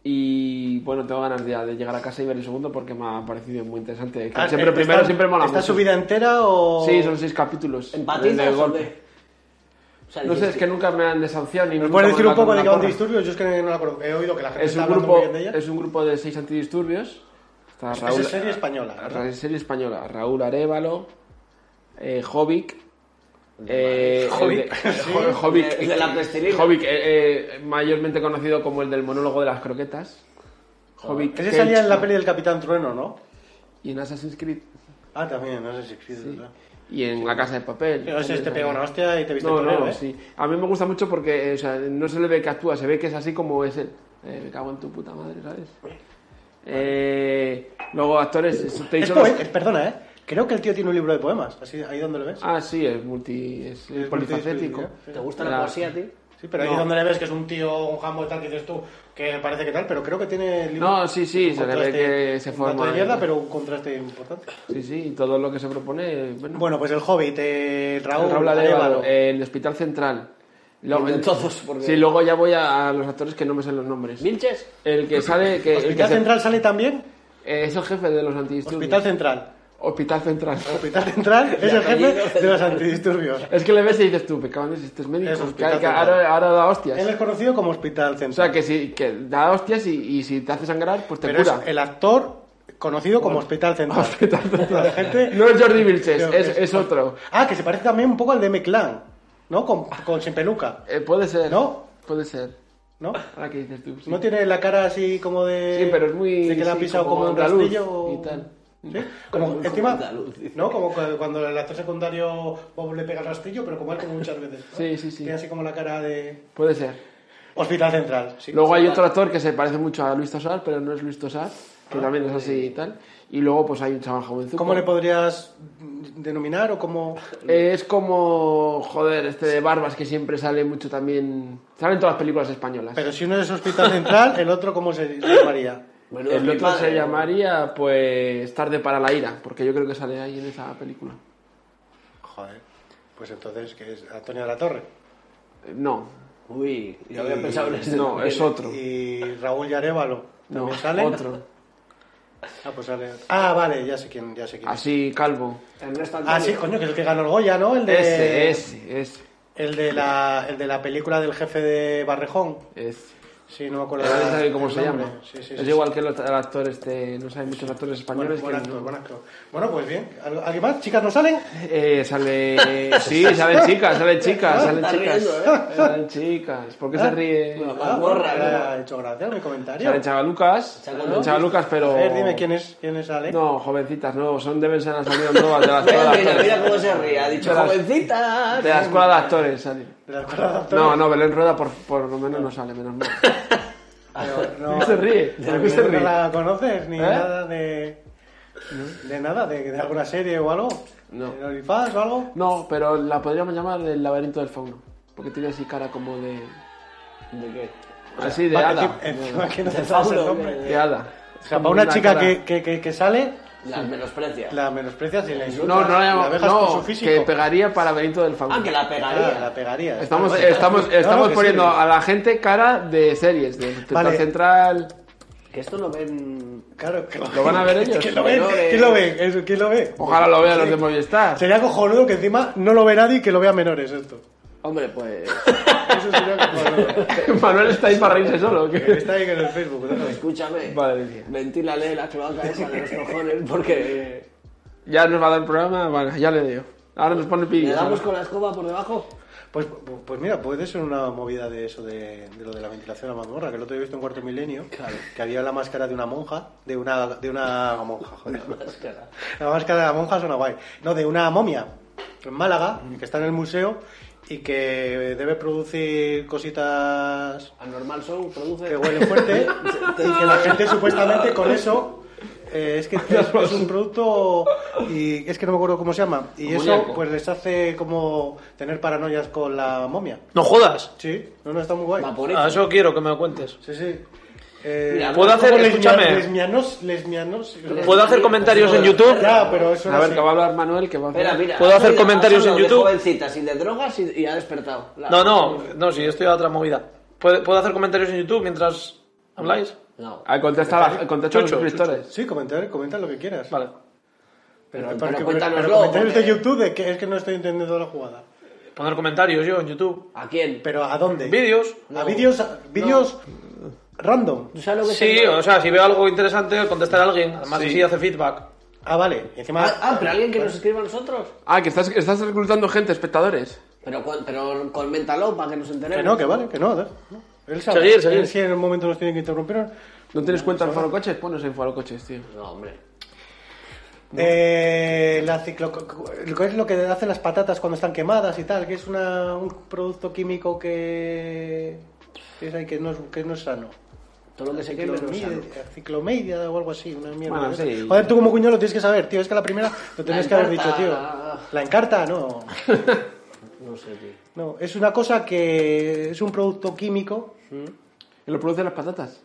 Speaker 2: Y bueno, tengo ganas ya de llegar a casa y ver el segundo porque me ha parecido muy interesante. Que
Speaker 1: Ah,
Speaker 2: siempre,
Speaker 1: eh,
Speaker 2: primero
Speaker 1: está-
Speaker 2: siempre mola
Speaker 1: ¿Está
Speaker 2: mucho.
Speaker 1: subida entera o...?
Speaker 2: Sí, son seis capítulos. De- de
Speaker 3: ¿Empatizas o
Speaker 2: golpe.
Speaker 3: qué? O sea,
Speaker 2: No sé,
Speaker 3: dices
Speaker 2: es que nunca me han desahuciado ni
Speaker 1: ¿Me
Speaker 2: nunca
Speaker 1: puedes
Speaker 2: me
Speaker 1: decir
Speaker 2: han
Speaker 1: un poco de qué va
Speaker 2: dado con
Speaker 1: un
Speaker 2: una
Speaker 1: disturbios? Yo es que no la conozco. He oído que la gente
Speaker 2: porra. Es
Speaker 1: está
Speaker 2: un,
Speaker 1: hablando
Speaker 2: grupo,
Speaker 1: muy bien de ella.
Speaker 2: es un grupo de seis antidisturbios. Está
Speaker 1: Esa
Speaker 2: Raúl,
Speaker 1: es serie española, ¿verdad?
Speaker 2: Ra- serie española. Raúl Arevalo, eh, Jovic. Eh,
Speaker 4: Jovic.
Speaker 2: [LAUGHS] el de- Jo- Jovic.
Speaker 3: El de- el de la plastilina.
Speaker 2: Jovic, eh, eh, mayormente conocido como el del monólogo de las croquetas. Jovic.
Speaker 1: Ese
Speaker 2: Kelch.
Speaker 1: salía en la peli del Capitán Trueno, ¿no?
Speaker 2: Y en Assassin's Creed.
Speaker 1: Ah, también, no sé si existe. ¿verdad?
Speaker 2: Y en La Casa de Papel.
Speaker 1: No sé, te este pega una hostia y te viste
Speaker 2: No,
Speaker 1: torero,
Speaker 2: no,
Speaker 1: ¿eh?
Speaker 2: sí. A mí me gusta mucho porque eh, o sea, no se le ve que actúa, se ve que es así como es él. Eh, me cago en tu puta madre, ¿sabes? Eh, luego actores... Te he
Speaker 1: Es
Speaker 2: dicho
Speaker 1: poe-
Speaker 2: los-
Speaker 1: es- Perdona, ¿eh? Creo que el tío tiene un libro de poemas, así, ahí donde lo ves.
Speaker 2: Ah, sí, es multi...
Speaker 1: Es
Speaker 2: Es,
Speaker 1: ¿eh?
Speaker 2: polifacético.
Speaker 1: multidisciplinar,
Speaker 3: ¿Te gusta la
Speaker 2: Era-
Speaker 3: poesía a ti?
Speaker 1: Sí, pero ahí
Speaker 2: No.
Speaker 1: donde le ves que es un tío, un jambo y tal, que dices tú, que parece que tal, pero creo que tiene el libro.
Speaker 2: No, sí, sí,
Speaker 1: un
Speaker 2: se le ve
Speaker 1: contraste-
Speaker 2: que se
Speaker 1: un
Speaker 2: forma
Speaker 1: dato de
Speaker 2: ahí.
Speaker 1: mierda, pero un contraste importante.
Speaker 2: Sí, sí, y todo lo que se propone... Bueno,
Speaker 1: Bueno, pues el Hobbit, eh, Raúl,
Speaker 2: Raúl eh, Arévalo,
Speaker 1: Arévalo.
Speaker 2: el Hospital Central. Luego-
Speaker 3: El de todos, porque-
Speaker 2: Sí, luego ya voy a, a los actores que no me sé los nombres.
Speaker 3: ¿Vilches?
Speaker 2: El que sale... Que, el que
Speaker 1: ¿Hospital
Speaker 2: se-
Speaker 1: Central sale también?
Speaker 2: eh, es el jefe de los antidisturbios.
Speaker 1: Hospital Central.
Speaker 2: Hospital Central. [LAUGHS]
Speaker 1: Hospital Central es el
Speaker 3: apellido
Speaker 1: jefe de los antidisturbios.
Speaker 2: Es que le ves y dices tú, pecado, ¿no? si este es médico,
Speaker 1: Es
Speaker 2: que-
Speaker 1: hospital
Speaker 2: que
Speaker 1: central.
Speaker 2: ahora, ahora da hostias.
Speaker 1: Él es conocido como Hospital
Speaker 2: O sea,
Speaker 1: Central.
Speaker 2: que, si, que da hostias y, y si te hace sangrar, pues te
Speaker 1: pero
Speaker 2: cura.
Speaker 1: es el actor conocido como Hospital Central.
Speaker 2: Hospital Central.
Speaker 1: La gente-
Speaker 2: No es Jordi Vilches,
Speaker 1: Creo que
Speaker 2: es,
Speaker 1: es-
Speaker 2: es otro.
Speaker 1: Ah, que se parece también un poco al de M-Clan, ¿no? Con, con sin peluca,
Speaker 2: Eh, puede ser.
Speaker 1: ¿No?
Speaker 2: Puede ser.
Speaker 1: ¿no?
Speaker 2: Ahora que dices tú. sí.
Speaker 1: No tiene la cara así como de...
Speaker 2: Sí, pero es muy-
Speaker 1: De que la ha
Speaker 2: sí,
Speaker 1: pisado
Speaker 2: como
Speaker 1: como, un
Speaker 2: andaluz
Speaker 1: castillo o-
Speaker 2: y tal.
Speaker 1: ¿Sí? Como,
Speaker 3: Como-
Speaker 1: encima,
Speaker 3: como andaluz, dice.
Speaker 1: ¿no? Como cu- cuando el actor secundario Bob le pega el rastrillo, pero como él como muchas veces. ¿no?
Speaker 2: Sí, sí, sí.
Speaker 1: Tiene así como la cara de...
Speaker 2: Puede ser.
Speaker 1: Hospital Central, sí.
Speaker 2: Luego hay otro actor que se parece mucho a Luis Tosar, pero no es Luis Tosar, que también es así y tal. Y luego pues hay un chaval jovenzuco.
Speaker 1: ¿Cómo le podrías denominar o cómo...?
Speaker 2: Eh, es como, joder, este de Barbas que siempre sale mucho también... Sale en todas las películas españolas.
Speaker 1: Pero si uno es Hospital Central, el otro cómo se llamaría.
Speaker 3: Bueno,
Speaker 2: el
Speaker 3: mi
Speaker 2: otro
Speaker 3: padre,
Speaker 2: se
Speaker 3: ¿no?
Speaker 2: llamaría, pues, Tarde para la ira, porque yo creo que sale ahí en esa película.
Speaker 1: Joder. Pues entonces, ¿qué es? Antonio de la Torre.
Speaker 2: Eh, No,
Speaker 3: Uy, yo había pensado en este.
Speaker 2: no, es otro.
Speaker 1: Y Raúl Yarevalo.
Speaker 2: No,
Speaker 1: ¿También sale?
Speaker 2: otro.
Speaker 1: Ah, pues sale. Ah, vale, ya sé quién, ya sé quién. es.
Speaker 2: Así, calvo.
Speaker 3: Ernesto
Speaker 1: Ah,
Speaker 3: Antonio.
Speaker 1: sí, coño, que es el que ganó el Goya, ¿no? El de,
Speaker 2: Ese, ese, ese,
Speaker 1: El de, la, el de la película del jefe de Barrejón.
Speaker 2: ese.
Speaker 1: Sí, no me
Speaker 2: No
Speaker 1: acuerdo.
Speaker 2: sé cómo
Speaker 1: el
Speaker 2: se
Speaker 1: nombre.
Speaker 2: llama.
Speaker 1: Ah, Sí, sí, sí,
Speaker 2: es
Speaker 1: sí.
Speaker 2: igual que el, otro- el actor este, no sé, hay muchos actores
Speaker 1: Buen,
Speaker 2: españoles
Speaker 1: buen
Speaker 2: que
Speaker 1: actor,
Speaker 2: no-
Speaker 1: buen actor. Bueno, pues bien. ¿Al- ¿Alguien más? ¿Chicas no salen?
Speaker 2: Eh,
Speaker 1: [LAUGHS]
Speaker 2: sale... Sí, salen chicas, salen chicas, salen
Speaker 3: Está
Speaker 2: chicas.
Speaker 3: riendo, ¿eh?
Speaker 2: Salen chicas. ¿Por qué se ríe?
Speaker 3: Bueno,
Speaker 1: Ah, Ah,
Speaker 3: Mazmorra,
Speaker 1: bueno,
Speaker 3: ¿no?
Speaker 1: ha hecho gracia mi comentario.
Speaker 2: Salen chavalucas,
Speaker 3: Chavalucas.
Speaker 2: chavalucas, pero...
Speaker 1: A ver, dime quién es, quién sale.
Speaker 2: No, jovencitas, no, son deben ser las salidas nuevas de las
Speaker 3: [LAUGHS] Mira,
Speaker 2: escuela de
Speaker 3: mira, mira
Speaker 2: actores.
Speaker 3: cómo se ríe. Ha dicho
Speaker 2: De las-
Speaker 3: jovencita.
Speaker 2: De la escuela de actores, sale.
Speaker 1: ¿De la escuela de actores?
Speaker 2: No, no, Belén Rueda por, por lo menos no sale, menos mal.
Speaker 1: Pero no.
Speaker 2: [LAUGHS] No se ríe,
Speaker 1: Pero
Speaker 2: ¿por qué se
Speaker 1: no
Speaker 2: ríe?
Speaker 1: la conoces ni
Speaker 2: ¿Eh?
Speaker 1: nada de. De nada, de, de alguna serie o algo.
Speaker 2: No.
Speaker 1: ¿De OnlyFans o algo?
Speaker 2: No, pero la podríamos llamar el laberinto del fauno, porque tiene así cara como de...
Speaker 3: ¿De qué?
Speaker 2: Así de
Speaker 1: Va,
Speaker 2: hada.
Speaker 1: encima- encima que no te
Speaker 3: De
Speaker 1: sabes el
Speaker 3: Fauno,
Speaker 1: nombre.
Speaker 3: que-
Speaker 2: De hada.
Speaker 1: eh, O sea, para una chica que, que, que, que sale,
Speaker 3: Las menosprecia.
Speaker 1: la menosprecias y la insultas.
Speaker 2: No, no la
Speaker 1: la
Speaker 2: llamamos...
Speaker 1: vejas por
Speaker 2: No,
Speaker 1: su físico.
Speaker 2: que pegaría para laberinto del
Speaker 3: Ah,
Speaker 2: fauno.
Speaker 3: que la
Speaker 1: Ah,
Speaker 3: pegaría.
Speaker 1: la pegaría.
Speaker 2: Estamos,
Speaker 1: Está-
Speaker 2: estamos,
Speaker 1: No,
Speaker 2: estamos
Speaker 1: que
Speaker 2: poniendo
Speaker 1: sí.
Speaker 2: a la gente cara de series, de Hospital
Speaker 1: Vale.
Speaker 2: Central...
Speaker 3: Que esto lo ven.
Speaker 1: Claro, que
Speaker 2: ¿Lo van a
Speaker 1: [LAUGHS]
Speaker 2: ver ellos?
Speaker 1: ¿Quién lo ve?
Speaker 3: Pero, eh,
Speaker 1: ¿Quién lo ve? Eso, ¿Quién lo ve?
Speaker 2: Ojalá lo vean los de Movistar.
Speaker 1: Sería cojonudo que encima no lo ve nadie y que lo vea menores esto.
Speaker 3: Hombre, pues.
Speaker 1: Eso [LAUGHS] sería cojonudo.
Speaker 2: [LAUGHS] Manuel está ahí para reírse solo. ¿o qué?
Speaker 1: Que Está ahí en el Facebook. ¿no?
Speaker 3: Escúchame.
Speaker 2: Madre mía.
Speaker 3: Ventílale la cloaca esa de los cojones porque.
Speaker 2: Ya nos va a dar el programa, bueno, ya le digo. Ahora nos pone
Speaker 3: ¿Le
Speaker 2: pillos.
Speaker 3: damos
Speaker 2: ahora.
Speaker 3: con la escoba por debajo?
Speaker 1: Pues, pues- pues mira, puede ser una movida de eso de, de lo de la ventilación a la mazmorra, que el otro día he visto en Cuarto Milenio, que había la máscara de una monja, de una, de una monja, joder.
Speaker 3: Máscara.
Speaker 1: La máscara de la monja suena guay. No, de una momia en Málaga, que está en el museo y que debe producir cositas
Speaker 3: Anormal Show produce.
Speaker 1: que huelen fuerte y que la gente supuestamente con eso... eh,
Speaker 4: [LAUGHS]
Speaker 1: es que es, es un producto y es que no me acuerdo cómo se llama. Y eso
Speaker 2: Amoníaco.
Speaker 1: pues les hace como tener paranoias con la momia.
Speaker 4: No jodas.
Speaker 1: Sí, no, no, está muy guay.
Speaker 3: Vaporizo.
Speaker 4: A eso quiero que me lo cuentes.
Speaker 1: Sí, sí. Eh,
Speaker 3: Mira,
Speaker 4: ¿puedo hacer-
Speaker 1: como
Speaker 4: escúchame?
Speaker 1: Lesbianos, lesbianos.
Speaker 4: ¿Puedo hacer comentarios en YouTube?
Speaker 1: Ya, pero eso
Speaker 2: A
Speaker 1: no
Speaker 2: ver,
Speaker 1: sé.
Speaker 2: que va a hablar Manuel, que va a hacer.
Speaker 3: Espera, mira.
Speaker 4: ¿Puedo
Speaker 3: has
Speaker 4: hacer
Speaker 3: oído-
Speaker 4: comentarios
Speaker 3: has
Speaker 4: en
Speaker 3: hablado
Speaker 4: YouTube?
Speaker 3: De jovencitas y de drogas y, y ha despertado. La-
Speaker 4: No, no, no, si yo estoy a otra movida. ¿Puedo, puedo hacer comentarios en YouTube mientras habláis?
Speaker 3: No.
Speaker 2: Ah, contesta, a la- contesta a los
Speaker 4: Chucho,
Speaker 2: suscriptores.
Speaker 1: Sí, comentar, comenta lo que quieras.
Speaker 4: Vale.
Speaker 1: Pero,
Speaker 3: Pero-
Speaker 1: para
Speaker 3: pero
Speaker 1: que-
Speaker 3: cuéntanoslo,
Speaker 1: pero comentarios de
Speaker 3: porque-
Speaker 1: YouTube, de que es que no estoy entendiendo la jugada.
Speaker 4: Poner comentarios yo en YouTube.
Speaker 3: ¿A quién?
Speaker 1: Pero ¿a dónde?
Speaker 4: Vídeos.
Speaker 1: ¿A vídeos? ¿Vídeos random?
Speaker 3: ¿Tú sabes lo que
Speaker 4: Sí,
Speaker 3: es el-
Speaker 4: o sea, si veo algo interesante, contestar a alguien. Además,
Speaker 2: Sí.
Speaker 4: si sí hace feedback.
Speaker 1: Ah, vale. Encima...
Speaker 3: Ah, ah, pero alguien que nos escriba a nosotros.
Speaker 2: Ah, que estás, estás reclutando gente, espectadores.
Speaker 3: Pero, cu- pero coméntalo para que nos
Speaker 1: Que
Speaker 3: enteremos.
Speaker 1: no, que vale, que no. no. Él sabe.
Speaker 4: Seguir, seguir.
Speaker 1: Él, si en un momento nos tienen que interrumpir.
Speaker 2: ¿No tienes cuenta en Farocoches? Ponos en Farocoches, tío.
Speaker 3: No, hombre.
Speaker 1: Eh, la ciclo... ¿Qué es lo que hacen las patatas cuando están quemadas y tal? Que es una, un producto químico que... que es ahí, que no es, que no es sano.
Speaker 3: Todo lo que se queme no es
Speaker 1: Ciclomedia,
Speaker 3: sano.
Speaker 1: ciclomedia o algo así, una mierda.
Speaker 2: Bueno,
Speaker 1: de esas.
Speaker 2: sí.
Speaker 1: Joder, tú como cuñado lo tienes que saber, tío. Es que la primera lo tenías que haber dicho,
Speaker 3: encarta.
Speaker 1: tío. La encarta, no.
Speaker 3: No sé, tío.
Speaker 1: No, es una cosa que es un producto químico.
Speaker 2: ¿Y lo producen las patatas?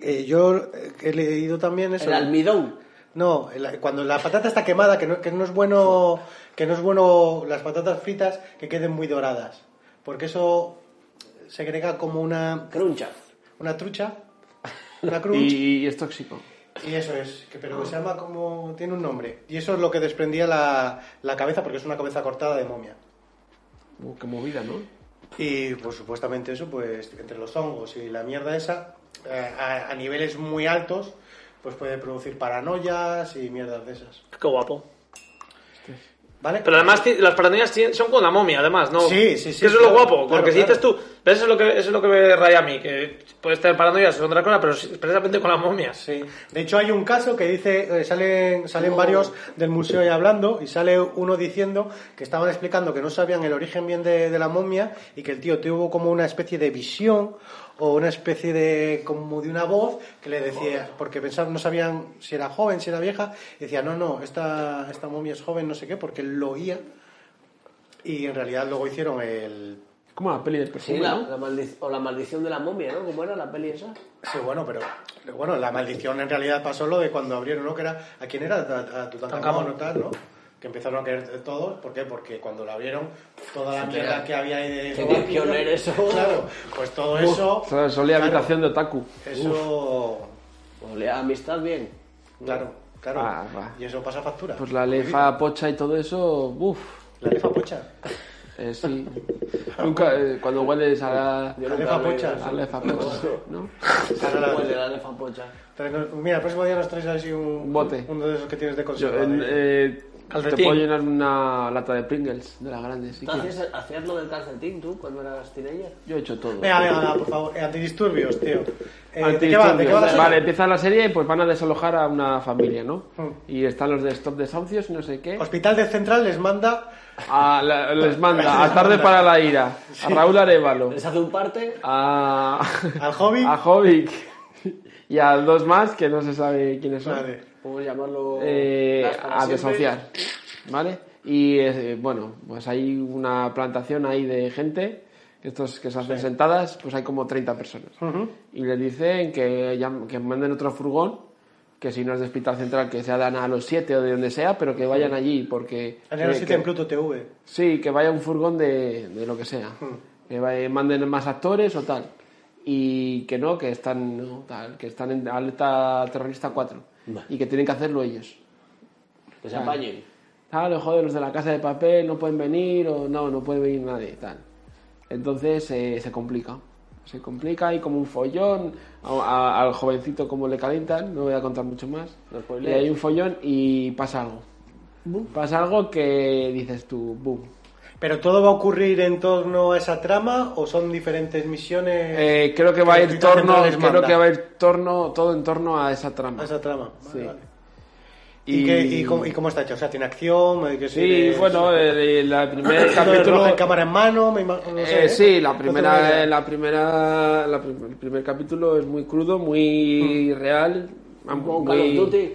Speaker 1: Eh, yo eh, he leído también eso.
Speaker 3: El almidón.
Speaker 1: No, la- cuando la patata está quemada, que no, que no es bueno, que no es bueno las patatas fritas que queden muy doradas, porque eso segrega como una,
Speaker 3: Cruncha.
Speaker 1: una trucha, una crunch, y...
Speaker 2: [LAUGHS] Y, y es tóxico.
Speaker 1: eso es, que, pero se llama como, tiene un nombre, y eso es lo que desprendía la, la cabeza, porque es una cabeza cortada de momia.
Speaker 2: Uh, qué movida, ¿no?
Speaker 1: Y pues supuestamente eso, pues entre los hongos y la mierda esa, eh, a, a niveles muy altos, pues puede producir paranoias y mierdas de esas.
Speaker 4: Qué guapo.
Speaker 1: ¿Vale?
Speaker 4: Pero además ti- las paranoias ti- son con la momia, además, ¿no?
Speaker 1: Sí, sí, sí,
Speaker 4: Que eso es lo
Speaker 1: claro,
Speaker 4: guapo,
Speaker 1: claro,
Speaker 4: porque si
Speaker 1: claro.
Speaker 4: dices tú, pero eso es lo que, eso es lo que me raya a mí, que puedes tener paranoias, son otra cosa, pero sí- precisamente con las momias.
Speaker 1: Sí. De hecho, hay un caso que dice, eh, salen, salen varios del museo ahí hablando y sale uno diciendo que estaban explicando que no sabían el origen bien de, de la momia y que el tío tuvo como una especie de visión o una especie de como de una voz que le decía, porque pensaban, no sabían si era joven, si era vieja, y decía, no, no, esta, esta momia es joven, no sé qué, porque él lo oía y en realidad luego hicieron el...
Speaker 2: Como la peli del perfume,
Speaker 3: Sí, la,
Speaker 2: ¿no?
Speaker 3: la maldi- o la maldición de la momia, ¿no? ¿Cómo era la peli esa?
Speaker 1: Sí, bueno, pero bueno, la maldición en realidad pasó lo de cuando abrieron, ¿no? Que era, ¿a quién era? A, a Tutankamón o tal, ¿no? Que empezaron a caer de todos, ¿por qué? Porque cuando la abrieron, toda la mierda que había ahí de...
Speaker 3: Tenía que oler eso.
Speaker 1: [LAUGHS] Claro, pues todo eso...
Speaker 2: O sea, solía
Speaker 1: claro,
Speaker 2: habitación de otaku.
Speaker 1: Eso...
Speaker 3: Olea Pues amistad bien.
Speaker 1: Claro, claro.
Speaker 2: Ah, va.
Speaker 1: Y eso pasa factura.
Speaker 2: Pues la lefa pocha y todo eso, uff.
Speaker 1: La lefa pocha. [LAUGHS]
Speaker 2: Eh, sí. Nunca, eh, cuando hueles a la,
Speaker 1: La lefa
Speaker 2: a la
Speaker 1: pocha. [LAUGHS]
Speaker 2: lefa pocha, ¿no?
Speaker 3: Claro,
Speaker 1: la-
Speaker 3: huele Pues la lefa pocha.
Speaker 1: Traenos- Mira, el próximo día nos traes así un...
Speaker 2: bote.
Speaker 1: Uno de esos que tienes de
Speaker 2: Yo,
Speaker 1: conserva.
Speaker 2: en-
Speaker 1: de-
Speaker 2: eh, te
Speaker 4: Calcetín.
Speaker 2: puedo llenar una lata de Pringles, de las grandes, si
Speaker 3: ¿Tú
Speaker 2: quieres.
Speaker 3: hacías, hacías lo del calcetín tú cuando eras teenager?
Speaker 2: Yo he hecho todo.
Speaker 1: Venga, venga, venga, por favor. Eh, Antidisturbios, tío. Eh, ¿De qué va?
Speaker 2: Antidisturbios.
Speaker 1: ¿De qué va la serie?
Speaker 2: Vale, empieza la serie y pues van a desalojar a una familia, ¿no?
Speaker 1: Hmm.
Speaker 2: Y están los de Stop Desahucios y no sé qué.
Speaker 1: Hospital de Central les manda
Speaker 2: A la- les manda a
Speaker 1: Les
Speaker 2: Tarde
Speaker 1: manda.
Speaker 2: para la Ira, a Raúl Arevalo,
Speaker 3: ¿Les Pues hace un parte?
Speaker 1: [LAUGHS]
Speaker 2: a...
Speaker 1: al hobby.
Speaker 2: a Jovic y a dos más que no se sabe quiénes son.
Speaker 1: Vale.
Speaker 3: Podemos llamarlo...
Speaker 2: Eh,
Speaker 3: Las para
Speaker 2: a
Speaker 3: siempre.
Speaker 2: desahuciar, ¿vale? Y eh, bueno, pues hay una plantación ahí de gente, estos que se hacen sentadas, pues hay como 30 personas. Y les dicen que, llam- que manden otro furgón, que si no es de Hospital Central, que se dan a los 7 o de donde sea, pero que vayan allí, porque...
Speaker 1: En el
Speaker 2: eh,
Speaker 1: sitio
Speaker 2: que-
Speaker 1: en Pluto TV.
Speaker 2: Sí, que vaya un furgón de, de lo que sea. Que vaya- manden más actores o tal. Y que no, que están, no, tal, que están en alerta terrorista 4. Y que tienen que hacerlo ellos.
Speaker 3: Que se apañen.
Speaker 2: Tal, o Ah, joder, los de la casa de papel no pueden venir o no, no puede venir nadie. Tal. Entonces eh, se complica. Se complica y como un follón. a- a- al jovencito como le calientan, no voy a contar mucho más.
Speaker 3: No
Speaker 2: Y
Speaker 3: spoilees.
Speaker 2: hay un follón y pasa algo. Pasa algo que dices tú, boom.
Speaker 1: ¿Pero todo va a ocurrir en torno a esa trama o son diferentes misiones
Speaker 2: Eh, creo que va a
Speaker 1: que
Speaker 2: ir
Speaker 1: Hospital
Speaker 2: torno,
Speaker 1: Central les
Speaker 2: creo
Speaker 1: manda.
Speaker 2: que va a ir torno, todo en torno a esa trama.
Speaker 1: a esa trama? Vale,
Speaker 2: Sí.
Speaker 1: vale. ¿Y, qué- y cómo, y cómo está hecho? O sea, ¿tiene acción? ¿Hay que
Speaker 2: sí,
Speaker 1: seguir-
Speaker 2: bueno, el, el-
Speaker 1: [COUGHS]
Speaker 2: la primer
Speaker 1: Esto del reloj
Speaker 2: capítulo,
Speaker 1: en cámara en mano, me imagino. no sé,
Speaker 2: eh,
Speaker 1: ¿eh?
Speaker 2: sí, la
Speaker 1: No tengo ni
Speaker 2: primera,
Speaker 1: idea.
Speaker 2: la primera, la prim- el primer capítulo es muy crudo, muy real,
Speaker 3: Como Mm. un Call of
Speaker 2: muy-
Speaker 3: Duty.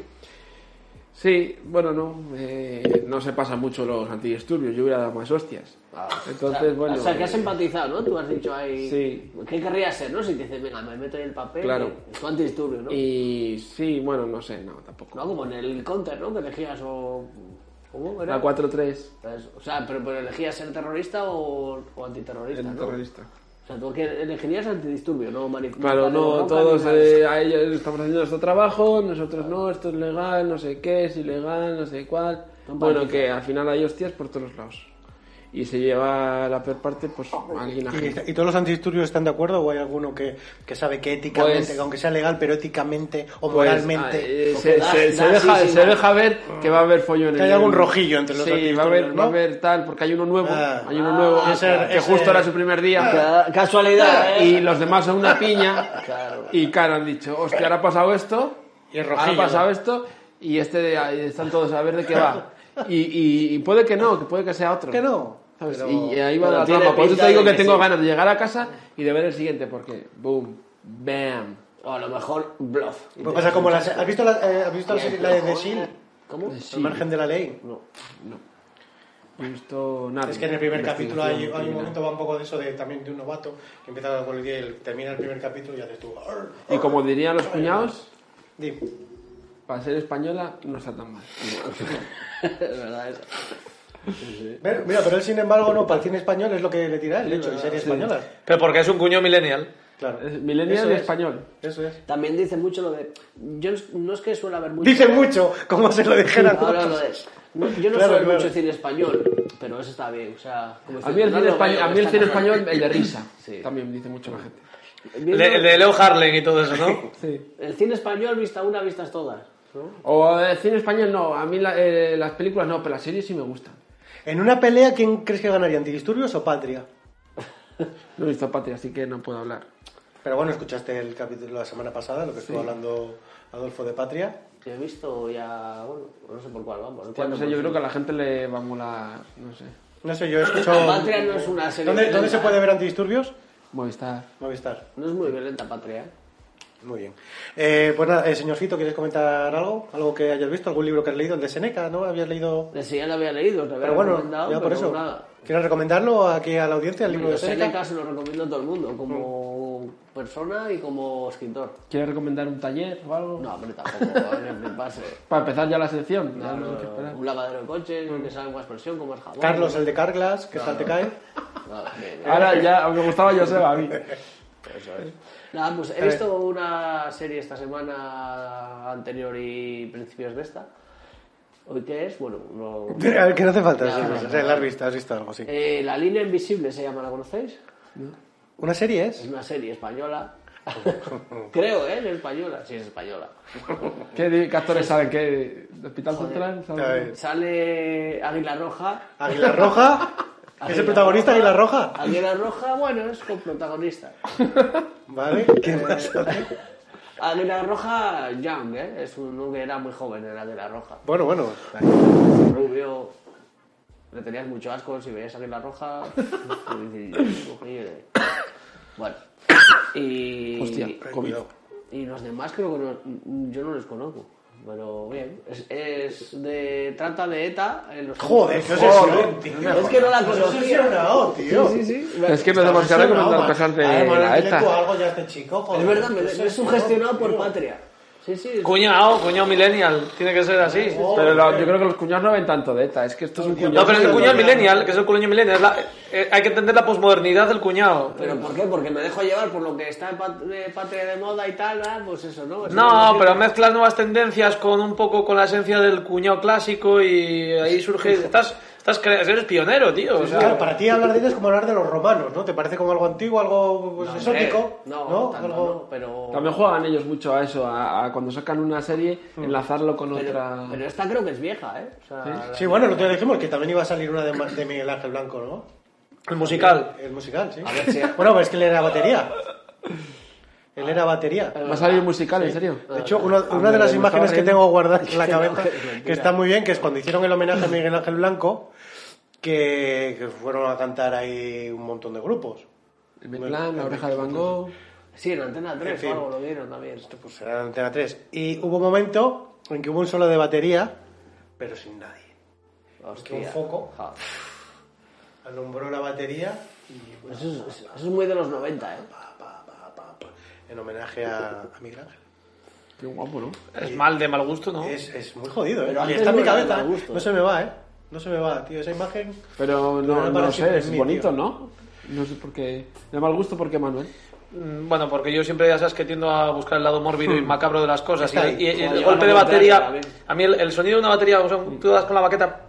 Speaker 2: Sí, bueno, no, eh, no se pasan mucho los antidisturbios, yo hubiera dado más hostias. Entonces,
Speaker 3: Ah, o sea,
Speaker 2: bueno,
Speaker 3: O sea, que has
Speaker 2: eh,
Speaker 3: empatizado, ¿no? Tú has dicho ahí...
Speaker 2: Sí.
Speaker 3: ¿Qué querrías ser, no? Si te dicen, venga, me meto en el papel...
Speaker 2: Claro.
Speaker 3: Es tu antidisturbio, ¿no?
Speaker 2: y sí, bueno, no sé, no, tampoco.
Speaker 3: No, como en el counter, ¿no? Que elegías o... ¿Cómo era?
Speaker 2: La 4-3,
Speaker 3: Entonces, O sea, pero, pero elegías ser terrorista o, o antiterrorista,
Speaker 2: el
Speaker 3: ¿no?
Speaker 2: terrorista.
Speaker 3: O sea, tú que el ingeniero es antidisturbio, no manipulación.
Speaker 2: Claro, no, todos eh, a ellos estamos haciendo nuestro trabajo, nosotros no, esto es legal, no sé qué, es ilegal, no sé cuál.
Speaker 3: Son
Speaker 2: bueno,
Speaker 3: palizas.
Speaker 2: que al final hay hostias por todos lados. Y se lleva la peor parte, pues, a alguien ajeno.
Speaker 1: ¿Y, y todos los antidisturbios están de acuerdo o hay alguno que, que sabe que éticamente,
Speaker 2: Pues-
Speaker 1: que aunque sea legal, pero éticamente o
Speaker 2: Pues,
Speaker 1: moralmente...
Speaker 2: ah, eh, se,
Speaker 3: das-
Speaker 2: se- se
Speaker 3: das,
Speaker 2: deja,
Speaker 3: sí, sí,
Speaker 2: se
Speaker 3: no.
Speaker 2: deja ver que va a haber follón.
Speaker 1: Que
Speaker 2: en
Speaker 1: hay
Speaker 2: el-
Speaker 1: algún rojillo entre los
Speaker 2: Sí, va a
Speaker 1: antidisturbios,
Speaker 2: haber, va a
Speaker 1: ¿no?
Speaker 2: haber tal, porque hay uno nuevo,
Speaker 1: Ah.
Speaker 2: hay uno
Speaker 3: Ah,
Speaker 2: nuevo,
Speaker 3: ese-
Speaker 2: que
Speaker 1: ese- Ah,
Speaker 2: justo era su primer día,
Speaker 3: Casualidad, ¿eh?
Speaker 2: [LAUGHS] y los demás son
Speaker 1: [LAUGHS]
Speaker 2: una piña,
Speaker 3: Claro.
Speaker 2: y claro, han dicho, hostia, ahora ha pasado esto,
Speaker 1: Y el
Speaker 2: ahora ha
Speaker 1: rojillo.
Speaker 2: pasado esto, y este, ahí están todos a ver de qué va. Y, y- y puede que no, que puede que sea otro.
Speaker 1: Que no.
Speaker 2: ¿Sabes?
Speaker 1: Pero-
Speaker 2: y ahí va
Speaker 3: pero
Speaker 2: la
Speaker 3: tiene
Speaker 2: trama. Por eso
Speaker 3: pinta
Speaker 2: te digo
Speaker 3: de
Speaker 2: que,
Speaker 3: que
Speaker 2: tengo
Speaker 3: sí.
Speaker 2: ganas de llegar a casa y de ver el siguiente, porque boom, bam.
Speaker 3: O a lo mejor bluff.
Speaker 1: Pues pasa como las... ¿Has visto la, eh, ¿has visto la, serie- la de The Shield?
Speaker 3: ¿Cómo?
Speaker 1: Al margen de la ley.
Speaker 2: No, no. No he visto nada.
Speaker 1: Es que en el primer capítulo hay, hay un
Speaker 2: Investigación
Speaker 1: momento va un poco de eso de, también de un novato que empieza con el día y el- termina el primer capítulo y haces tú... "Arr,
Speaker 2: criminal. Y como dirían los cuñados,
Speaker 1: di".
Speaker 2: para ser española no está
Speaker 1: [LAUGHS]
Speaker 2: tan mal.
Speaker 3: Es verdad eso.
Speaker 1: Pero- Mira, pero él sin embargo no, para el cine español es lo que le tira, él, de hecho, y series españolas.
Speaker 4: Pero porque es un cuño millennial.
Speaker 1: Claro.
Speaker 2: Es millennial
Speaker 1: Eso es.
Speaker 2: español.
Speaker 1: Eso es.
Speaker 3: También dice mucho lo de. Yo no- no es que suele haber mucho.
Speaker 1: Dicen mucho, como se lo dijeran.
Speaker 3: No, no, no es. No, yo no
Speaker 1: Claro,
Speaker 3: soy
Speaker 1: claro.
Speaker 3: mucho cine español, pero eso está bien. O sea, como
Speaker 2: A
Speaker 3: decir,
Speaker 2: mí el
Speaker 3: Este no
Speaker 2: cine,
Speaker 3: lo
Speaker 2: español,
Speaker 3: veo,
Speaker 2: a mí el
Speaker 3: está
Speaker 2: cine
Speaker 3: casual.
Speaker 2: español, el de risa,
Speaker 3: [LAUGHS] Sí.
Speaker 2: también me dice mucho la gente.
Speaker 3: Viendo-
Speaker 4: Le- El de Leo Harlan y todo eso,
Speaker 1: [LAUGHS]
Speaker 4: ¿no?
Speaker 2: Sí.
Speaker 3: El cine español, vista una, vistas todas. ¿no?
Speaker 2: O el cine español no, a mí la- eh, las películas no, pero las series sí me gustan.
Speaker 1: En una pelea, ¿quién crees que ganaría, antidisturbios o patria?
Speaker 2: No he visto Patria, así que no puedo hablar.
Speaker 1: Pero bueno, escuchaste el capítulo la semana pasada, lo que estuvo hablando Adolfo de Patria.
Speaker 3: Yo he visto ya. Bueno, no sé por cuál vamos.
Speaker 2: Hostia, no sé, pues, yo creo que a la gente le va a molar, no sé,
Speaker 1: No sé, yo he escuchado...
Speaker 3: Patria no es una serie.
Speaker 1: ¿Dónde, dónde
Speaker 3: violenta.
Speaker 1: se puede ver antidisturbios?
Speaker 2: Movistar.
Speaker 1: Movistar.
Speaker 3: No es muy violenta, Patria. ¿eh?
Speaker 1: Muy bien. Eh, pues nada, eh, señor Fito, ¿quieres comentar algo? ¿Algo que hayas visto? ¿Algún libro que has leído? El de Seneca, ¿no? ¿Habías leído...?
Speaker 3: De si ya lo había leído, os lo había
Speaker 1: Pero bueno,
Speaker 3: recomendado.
Speaker 1: ya por
Speaker 3: pero
Speaker 1: eso.
Speaker 3: nada.
Speaker 1: ¿Quieres recomendarlo aquí a la audiencia, el libro de
Speaker 3: Los
Speaker 1: Seneca?
Speaker 3: Seneca se lo recomiendo a todo el mundo, como persona y como escritor.
Speaker 2: ¿Quieres recomendar un taller o algo?
Speaker 3: No,
Speaker 1: [LAUGHS]
Speaker 3: hombre, tampoco, a ver, me pase.
Speaker 2: Para empezar ya la sección. ya no
Speaker 3: No, no,
Speaker 2: sé qué
Speaker 3: no,
Speaker 2: esperar.
Speaker 3: un lavadero de coches, que sabe más presión, como es jabón.
Speaker 1: Carlos, el de Carglass, que tal te cae.
Speaker 3: No, bien, bien.
Speaker 2: Ahora ya, me gustaba Joseba a mí.
Speaker 3: Nada, pues he visto una serie esta semana anterior y principios de esta. ¿Hoy qué es? Bueno,
Speaker 1: [LAUGHS]
Speaker 3: no...
Speaker 1: A ver, que no hace falta.
Speaker 3: Ya,
Speaker 1: sí,
Speaker 3: vale,
Speaker 1: sí,
Speaker 3: vale.
Speaker 1: la has visto, has visto algo, sí.
Speaker 3: Eh, La línea invisible se llama, ¿la conocéis?
Speaker 1: ¿Una serie
Speaker 3: Es
Speaker 1: es?
Speaker 3: una serie
Speaker 1: [LAUGHS]
Speaker 3: española. Creo, ¿eh? Es española. Sí, es española.
Speaker 2: ¿Qué, di- qué actores saben? ¿Qué? ¿De Hospital Central?
Speaker 1: A
Speaker 2: ¿Saben?
Speaker 1: ver,
Speaker 3: Sale Águila Roja,
Speaker 1: Águila
Speaker 3: [LAUGHS]
Speaker 1: Roja. ¿Es el protagonista Águila Roja?
Speaker 3: Águila Roja, bueno, es coprotagonista.
Speaker 1: Vale, ¿qué más?
Speaker 3: Águila Roja Young, ¿eh? Es uno que era muy joven, era Águila Roja.
Speaker 1: Bueno, bueno.
Speaker 3: Rubio, le tenías mucho asco si veías Águila Roja. y dices, "Oye". bueno, y,
Speaker 2: Hostia, COVID.
Speaker 1: cuidado.
Speaker 3: y los demás creo que no- yo no los conozco. Pero bien, es, es de trata de ETA en los
Speaker 1: Joder, qué
Speaker 3: Joder,
Speaker 1: obsesión, tío.
Speaker 3: Es que no la
Speaker 1: Qué
Speaker 3: conocía.
Speaker 1: obsesionado, tío.
Speaker 3: Sí, sí, sí.
Speaker 2: Es que me tenemos que recomendar cosas de la ETA.
Speaker 1: algo ya a este chico, joder.
Speaker 3: Es verdad, me, me he
Speaker 1: Obsesionado,
Speaker 3: sugestionado por
Speaker 1: tío.
Speaker 3: patria. Sí, sí. es-
Speaker 4: Cuñado, cuñado millennial. Tiene que ser así.
Speaker 2: Pero lo- yo creo que los cuñados no ven tanto de ETA. Es que esto es un cuñado.
Speaker 4: No, pero es el cuñado millennial, que es el cuñado millennial. es la- eh, hay que entender la posmodernidad del cuñado.
Speaker 3: ¿Pero por qué? Porque me dejo llevar por lo que está en pat- de patria de moda y tal, ah, pues eso, ¿no? Es
Speaker 4: No,
Speaker 3: una-
Speaker 4: pero mezclas nuevas tendencias con un poco con la esencia del cuñado clásico y ahí surge. Estás, estás cre- eres pionero, tío. o sea,
Speaker 1: Claro, para ti hablar de ellos es como hablar de los romanos, ¿no? ¿Te parece como algo antiguo, algo pues,
Speaker 3: No,
Speaker 1: exótico?
Speaker 3: No, tanto
Speaker 1: Algo-
Speaker 3: no, pero...
Speaker 2: También juegan ellos mucho a eso, a, a cuando sacan una serie, enlazarlo con
Speaker 3: pero,
Speaker 2: otra.
Speaker 3: pero esta creo que es vieja, ¿eh? O sea, la-
Speaker 1: Sí, bueno, lo que dijimos que también iba a salir una de, Ma- de Miguel Ángel Blanco, ¿no?
Speaker 4: el musical.
Speaker 1: El musical, sí.
Speaker 3: A ver si-
Speaker 1: Bueno, pues es que él era batería. Él era batería.
Speaker 2: ¿Va a salir musical, en serio?
Speaker 1: De hecho,
Speaker 3: Ah,
Speaker 1: una, una de las
Speaker 2: me
Speaker 1: imágenes
Speaker 2: estaba
Speaker 1: que
Speaker 2: riendo.
Speaker 1: tengo guardadas en la
Speaker 3: No,
Speaker 1: cabeza,
Speaker 3: es mentira.
Speaker 1: que está muy bien, que es cuando hicieron el homenaje a Miguel Ángel Blanco, que, que fueron a cantar ahí un montón de grupos.
Speaker 2: El Meclán, La Oreja de Van Gogh.
Speaker 3: Sí, en Antena 3
Speaker 1: En fin.
Speaker 3: o algo lo vieron también.
Speaker 1: Pues era en Antena 3. Y hubo un momento en que hubo un solo de batería, pero sin nadie.
Speaker 3: Hostia.
Speaker 1: un foco.
Speaker 3: Ja.
Speaker 1: Alumbró la batería y
Speaker 3: Pues Eso es, eso es muy de los 90, ¿eh?
Speaker 1: pa, pa, pa, pa, pa, en homenaje a, a Miguel Ángel.
Speaker 2: Qué guapo, ¿no?
Speaker 4: Es mal de mal gusto, ¿no?
Speaker 1: Es, es muy jodido, ¿eh?
Speaker 3: Pero
Speaker 1: Y
Speaker 3: antes
Speaker 1: está en
Speaker 3: no
Speaker 1: mi
Speaker 3: era
Speaker 1: cabeza,
Speaker 3: de
Speaker 1: ¿eh?
Speaker 3: mal gusto.
Speaker 1: no se me va, ¿eh? No se me va, tío, esa imagen...
Speaker 2: Pero no,
Speaker 1: Pero
Speaker 2: no
Speaker 1: para
Speaker 2: sé,
Speaker 1: siempre
Speaker 2: es
Speaker 1: en mí,
Speaker 2: bonito,
Speaker 1: tío.
Speaker 2: ¿no? No sé por qué. De mal gusto, porque Manuel?
Speaker 4: Mm, Bueno, porque yo siempre ya sabes que tiendo a buscar el lado mórbido y macabro de las cosas.
Speaker 1: Hmm.
Speaker 4: Y,
Speaker 1: Está ahí.
Speaker 4: y- y
Speaker 3: Joder,
Speaker 4: el
Speaker 3: yo
Speaker 4: golpe
Speaker 3: no
Speaker 4: de
Speaker 3: me enteraste,
Speaker 4: batería.
Speaker 3: David.
Speaker 4: A mí el, el sonido de una batería, o sea, tú das con la baqueta.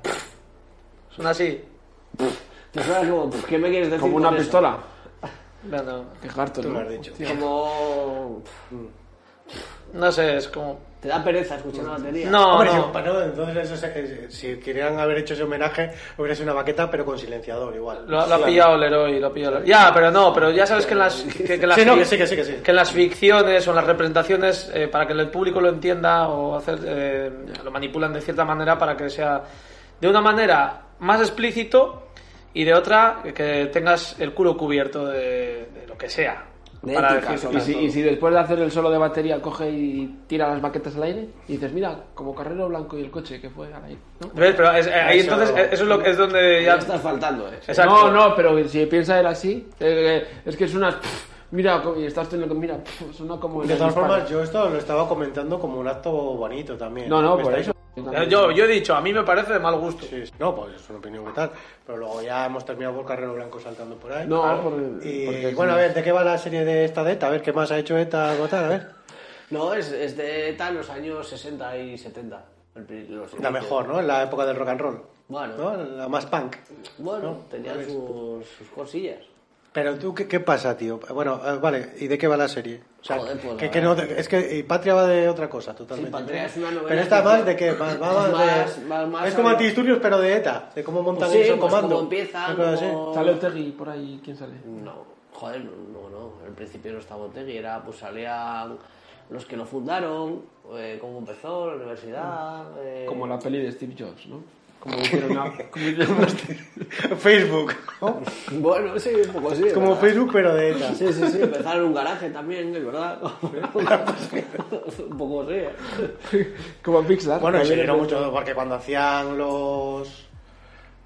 Speaker 4: Suena así.
Speaker 3: Te suena como, pues, ¿qué me quieres decir?
Speaker 2: Como
Speaker 3: con
Speaker 2: una
Speaker 3: eso?
Speaker 2: pistola.
Speaker 4: Bueno,
Speaker 2: Qué harto,
Speaker 1: Tú
Speaker 2: ¿no?
Speaker 1: lo has dicho.
Speaker 2: Hostia.
Speaker 3: Como.
Speaker 4: no sé, es como.
Speaker 3: Te da pereza escuchar la batería.
Speaker 4: No,
Speaker 1: Hombre,
Speaker 4: no.
Speaker 1: yo- pa- no, entonces eso se- eh, si querían haber hecho ese homenaje, hubiera sido una baqueta, pero con silenciador igual.
Speaker 4: Lo, lo ha pillado Leroy, lo ha pillado Leroy. Ya, pero no, pero ya sabes que en las, que, que en las,
Speaker 1: Sí, no, que
Speaker 4: fic-
Speaker 1: sí, que sí, que sí.
Speaker 4: en las ficciones o en las representaciones, eh, para que el público lo entienda o hacer, eh, lo manipulan de cierta manera para que sea de una manera más explícito y de otra que- que tengas el culo cubierto de, de lo que sea.
Speaker 3: De
Speaker 4: para
Speaker 3: ética,
Speaker 4: decir-
Speaker 3: sobre
Speaker 2: Y si, y si después de hacer el solo de batería coge y tira las baquetas al aire y dices, mira, como Carrero Blanco y el coche que fue al aire. ¿no?
Speaker 4: ¿Ves? Pero es- eh, ahí
Speaker 1: Eso-
Speaker 4: entonces eh, eso es, lo, que- es donde
Speaker 3: Ya
Speaker 4: ya...
Speaker 3: estás faltando, eh.
Speaker 2: No,
Speaker 4: Exacto.
Speaker 2: no, pero si piensa él así, eh, eh, es que es una... Mira, co- y estás teniendo... Mira, suena como...
Speaker 1: De todas formas, yo esto lo estaba comentando como un acto bonito también.
Speaker 2: No, no,
Speaker 1: Me
Speaker 2: por
Speaker 1: estáis-
Speaker 2: eso.
Speaker 4: Yo, yo he dicho, a mí me parece de mal gusto.
Speaker 1: Sí, sí. No, pues es una opinión que tal. Pero luego ya hemos terminado por Carrero Blanco saltando por ahí.
Speaker 2: No,
Speaker 1: Claro.
Speaker 2: por-
Speaker 1: y
Speaker 2: porque-
Speaker 1: bueno, a ver, ¿de qué va la serie de esta de ETA? A ver, ¿qué más ha hecho ETA o tal? A ver.
Speaker 3: No, es, es de tal los años 60 y 70. El pri- los
Speaker 1: La mejor, ¿no? En la época del rock and roll.
Speaker 3: Bueno.
Speaker 1: ¿No? La más punk.
Speaker 3: Bueno,
Speaker 1: ¿no?
Speaker 3: tenían
Speaker 1: Vale.
Speaker 3: sus, sus cosillas.
Speaker 1: Pero tú, ¿qué, qué pasa, tío? Bueno, eh, vale, ¿y de qué va la serie? O sea,
Speaker 3: Joder, pues,
Speaker 1: que,
Speaker 3: la
Speaker 1: que no,
Speaker 3: verdad.
Speaker 1: es que y Patria va de otra cosa, totalmente.
Speaker 3: Sí, Patria es una novela
Speaker 1: Pero esta
Speaker 3: que-
Speaker 1: más de qué? Más,
Speaker 3: [LAUGHS]
Speaker 1: va
Speaker 3: Es
Speaker 1: más de-
Speaker 3: más- va más
Speaker 1: es como
Speaker 3: a-
Speaker 1: antidisturbios, pero de ETA, de cómo montan
Speaker 3: Pues sí,
Speaker 1: eso
Speaker 3: pues
Speaker 1: comando.
Speaker 3: cómo empiezan,
Speaker 1: Una cosa
Speaker 3: cómo-
Speaker 2: Sale Otegui por ahí, ¿quién sale?
Speaker 3: No, joder, no, no, no. Al principio no estaba Otegi, era, pues salían los que lo fundaron, eh, cómo empezó, la universidad. eh,
Speaker 2: Como la peli de Steve Jobs, ¿no? Como hicieron
Speaker 1: [LAUGHS]
Speaker 2: la... como hicieron
Speaker 1: así. [LAUGHS] Facebook, ¿no?
Speaker 3: Bueno, sí, un poco así.
Speaker 1: Como
Speaker 3: ¿verdad?
Speaker 1: Facebook, pero de ETA.
Speaker 3: Sí, sí, sí, empezaron en un garaje también, es verdad.
Speaker 1: [LAUGHS]
Speaker 3: [LAUGHS] un poco así. ¿eh?
Speaker 2: como Pixar.
Speaker 1: Bueno, y
Speaker 2: también
Speaker 1: siguieron
Speaker 2: es-
Speaker 1: mucho, porque cuando hacían los...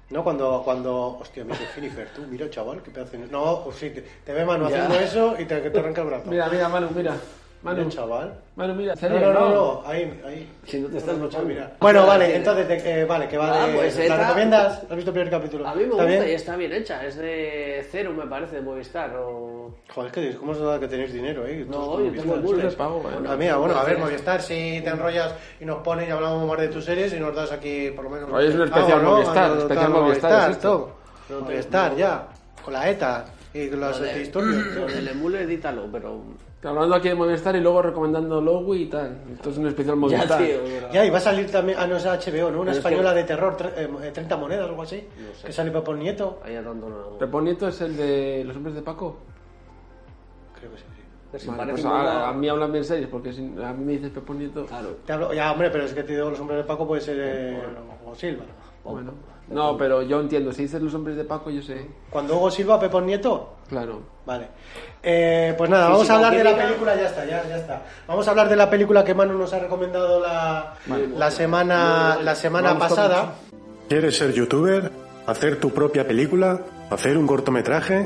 Speaker 1: No, cuando, cuando... Hostia, mira, Jennifer, tú, mira, chaval, qué pedazo... de- No, pues sí, te, te ve mano
Speaker 3: Ya.
Speaker 1: haciendo eso y te, que te arranca el brazo.
Speaker 2: Mira, mira, Manu, mira.
Speaker 1: Mira,
Speaker 2: Manu,
Speaker 1: chaval.
Speaker 2: Manu, mira.
Speaker 1: No,
Speaker 2: serio,
Speaker 1: no, no, no, ahí, ahí.
Speaker 3: Si no te estás
Speaker 1: Ah,
Speaker 3: escuchando.
Speaker 1: mira. Bueno, vale, entonces, de- eh, vale, que va
Speaker 3: Ah,
Speaker 1: de...
Speaker 3: pues
Speaker 1: ¿La
Speaker 3: esta-
Speaker 1: recomiendas? ¿Has visto el primer capítulo?
Speaker 3: A mí me
Speaker 1: ¿Está
Speaker 3: gusta
Speaker 1: bien?
Speaker 3: y está bien hecha. Es de cero, me parece, de Movistar. O...
Speaker 1: Joder, es que ¿cómo se da que tenéis dinero, eh? Todos
Speaker 3: No,
Speaker 1: con
Speaker 3: yo tengo pues
Speaker 1: Movistar.
Speaker 3: el
Speaker 2: Yo
Speaker 3: bullet.
Speaker 2: les pago, eh.
Speaker 1: Ah, mira, bueno, a ver, Movistar, si te enrollas y nos pones y hablamos más de tus series y nos das aquí por lo menos.
Speaker 2: Hoy es un especial
Speaker 1: Ah, bueno,
Speaker 2: Movistar,
Speaker 1: no, tal,
Speaker 2: especial Movistar, es esto.
Speaker 1: esto. Movistar, ya. Con la ETA y este, con los
Speaker 3: Lo de-
Speaker 1: [CLEARS THROAT]
Speaker 3: [CLEARS THROAT]
Speaker 1: antidisturbios.
Speaker 3: Lo del emule, edítalo, pero.
Speaker 2: Hablando aquí de Movistar y luego recomendando Lowy y tal. Esto es un especial
Speaker 3: Ya,
Speaker 2: Movistar.
Speaker 3: [LAUGHS] tío. pero-
Speaker 1: Ya, y va a salir también, ah, no es HBO, ¿no? Una
Speaker 3: es que-
Speaker 1: española de terror, tre- eh, eh, 30 monedas o algo así, que sale Pepo Nieto.
Speaker 3: Ahí ya tanto no.
Speaker 2: Pepón Nieto es el de Los Hombres de Paco.
Speaker 1: Creo que sí, sí.
Speaker 3: Que Ah, se
Speaker 2: Vale,
Speaker 3: parece
Speaker 2: pues
Speaker 3: un poco
Speaker 2: a,
Speaker 3: a-
Speaker 2: a mí hablan bien serios, porque si a mí me dices Pepón Nieto.
Speaker 3: Claro.
Speaker 1: Te hablo- ya, hombre, pero es que te digo, los hombres de Paco puede ser eh, Hugo Silva.
Speaker 2: pues Bueno. No, pero yo entiendo. Si dices Los Hombres de Paco, yo sé.
Speaker 1: Cuando Hugo Silva, Pepo Nieto,
Speaker 2: Claro.
Speaker 1: Vale. Eh, pues nada, vamos a hablar de la película, ya está, ya, ya está. Vamos a hablar de la película que Manu nos ha recomendado la, la semana, la semana
Speaker 2: Me ha gustado
Speaker 1: pasada.
Speaker 5: ¿Quieres ser youtuber? ¿Hacer tu propia película? ¿Hacer un cortometraje?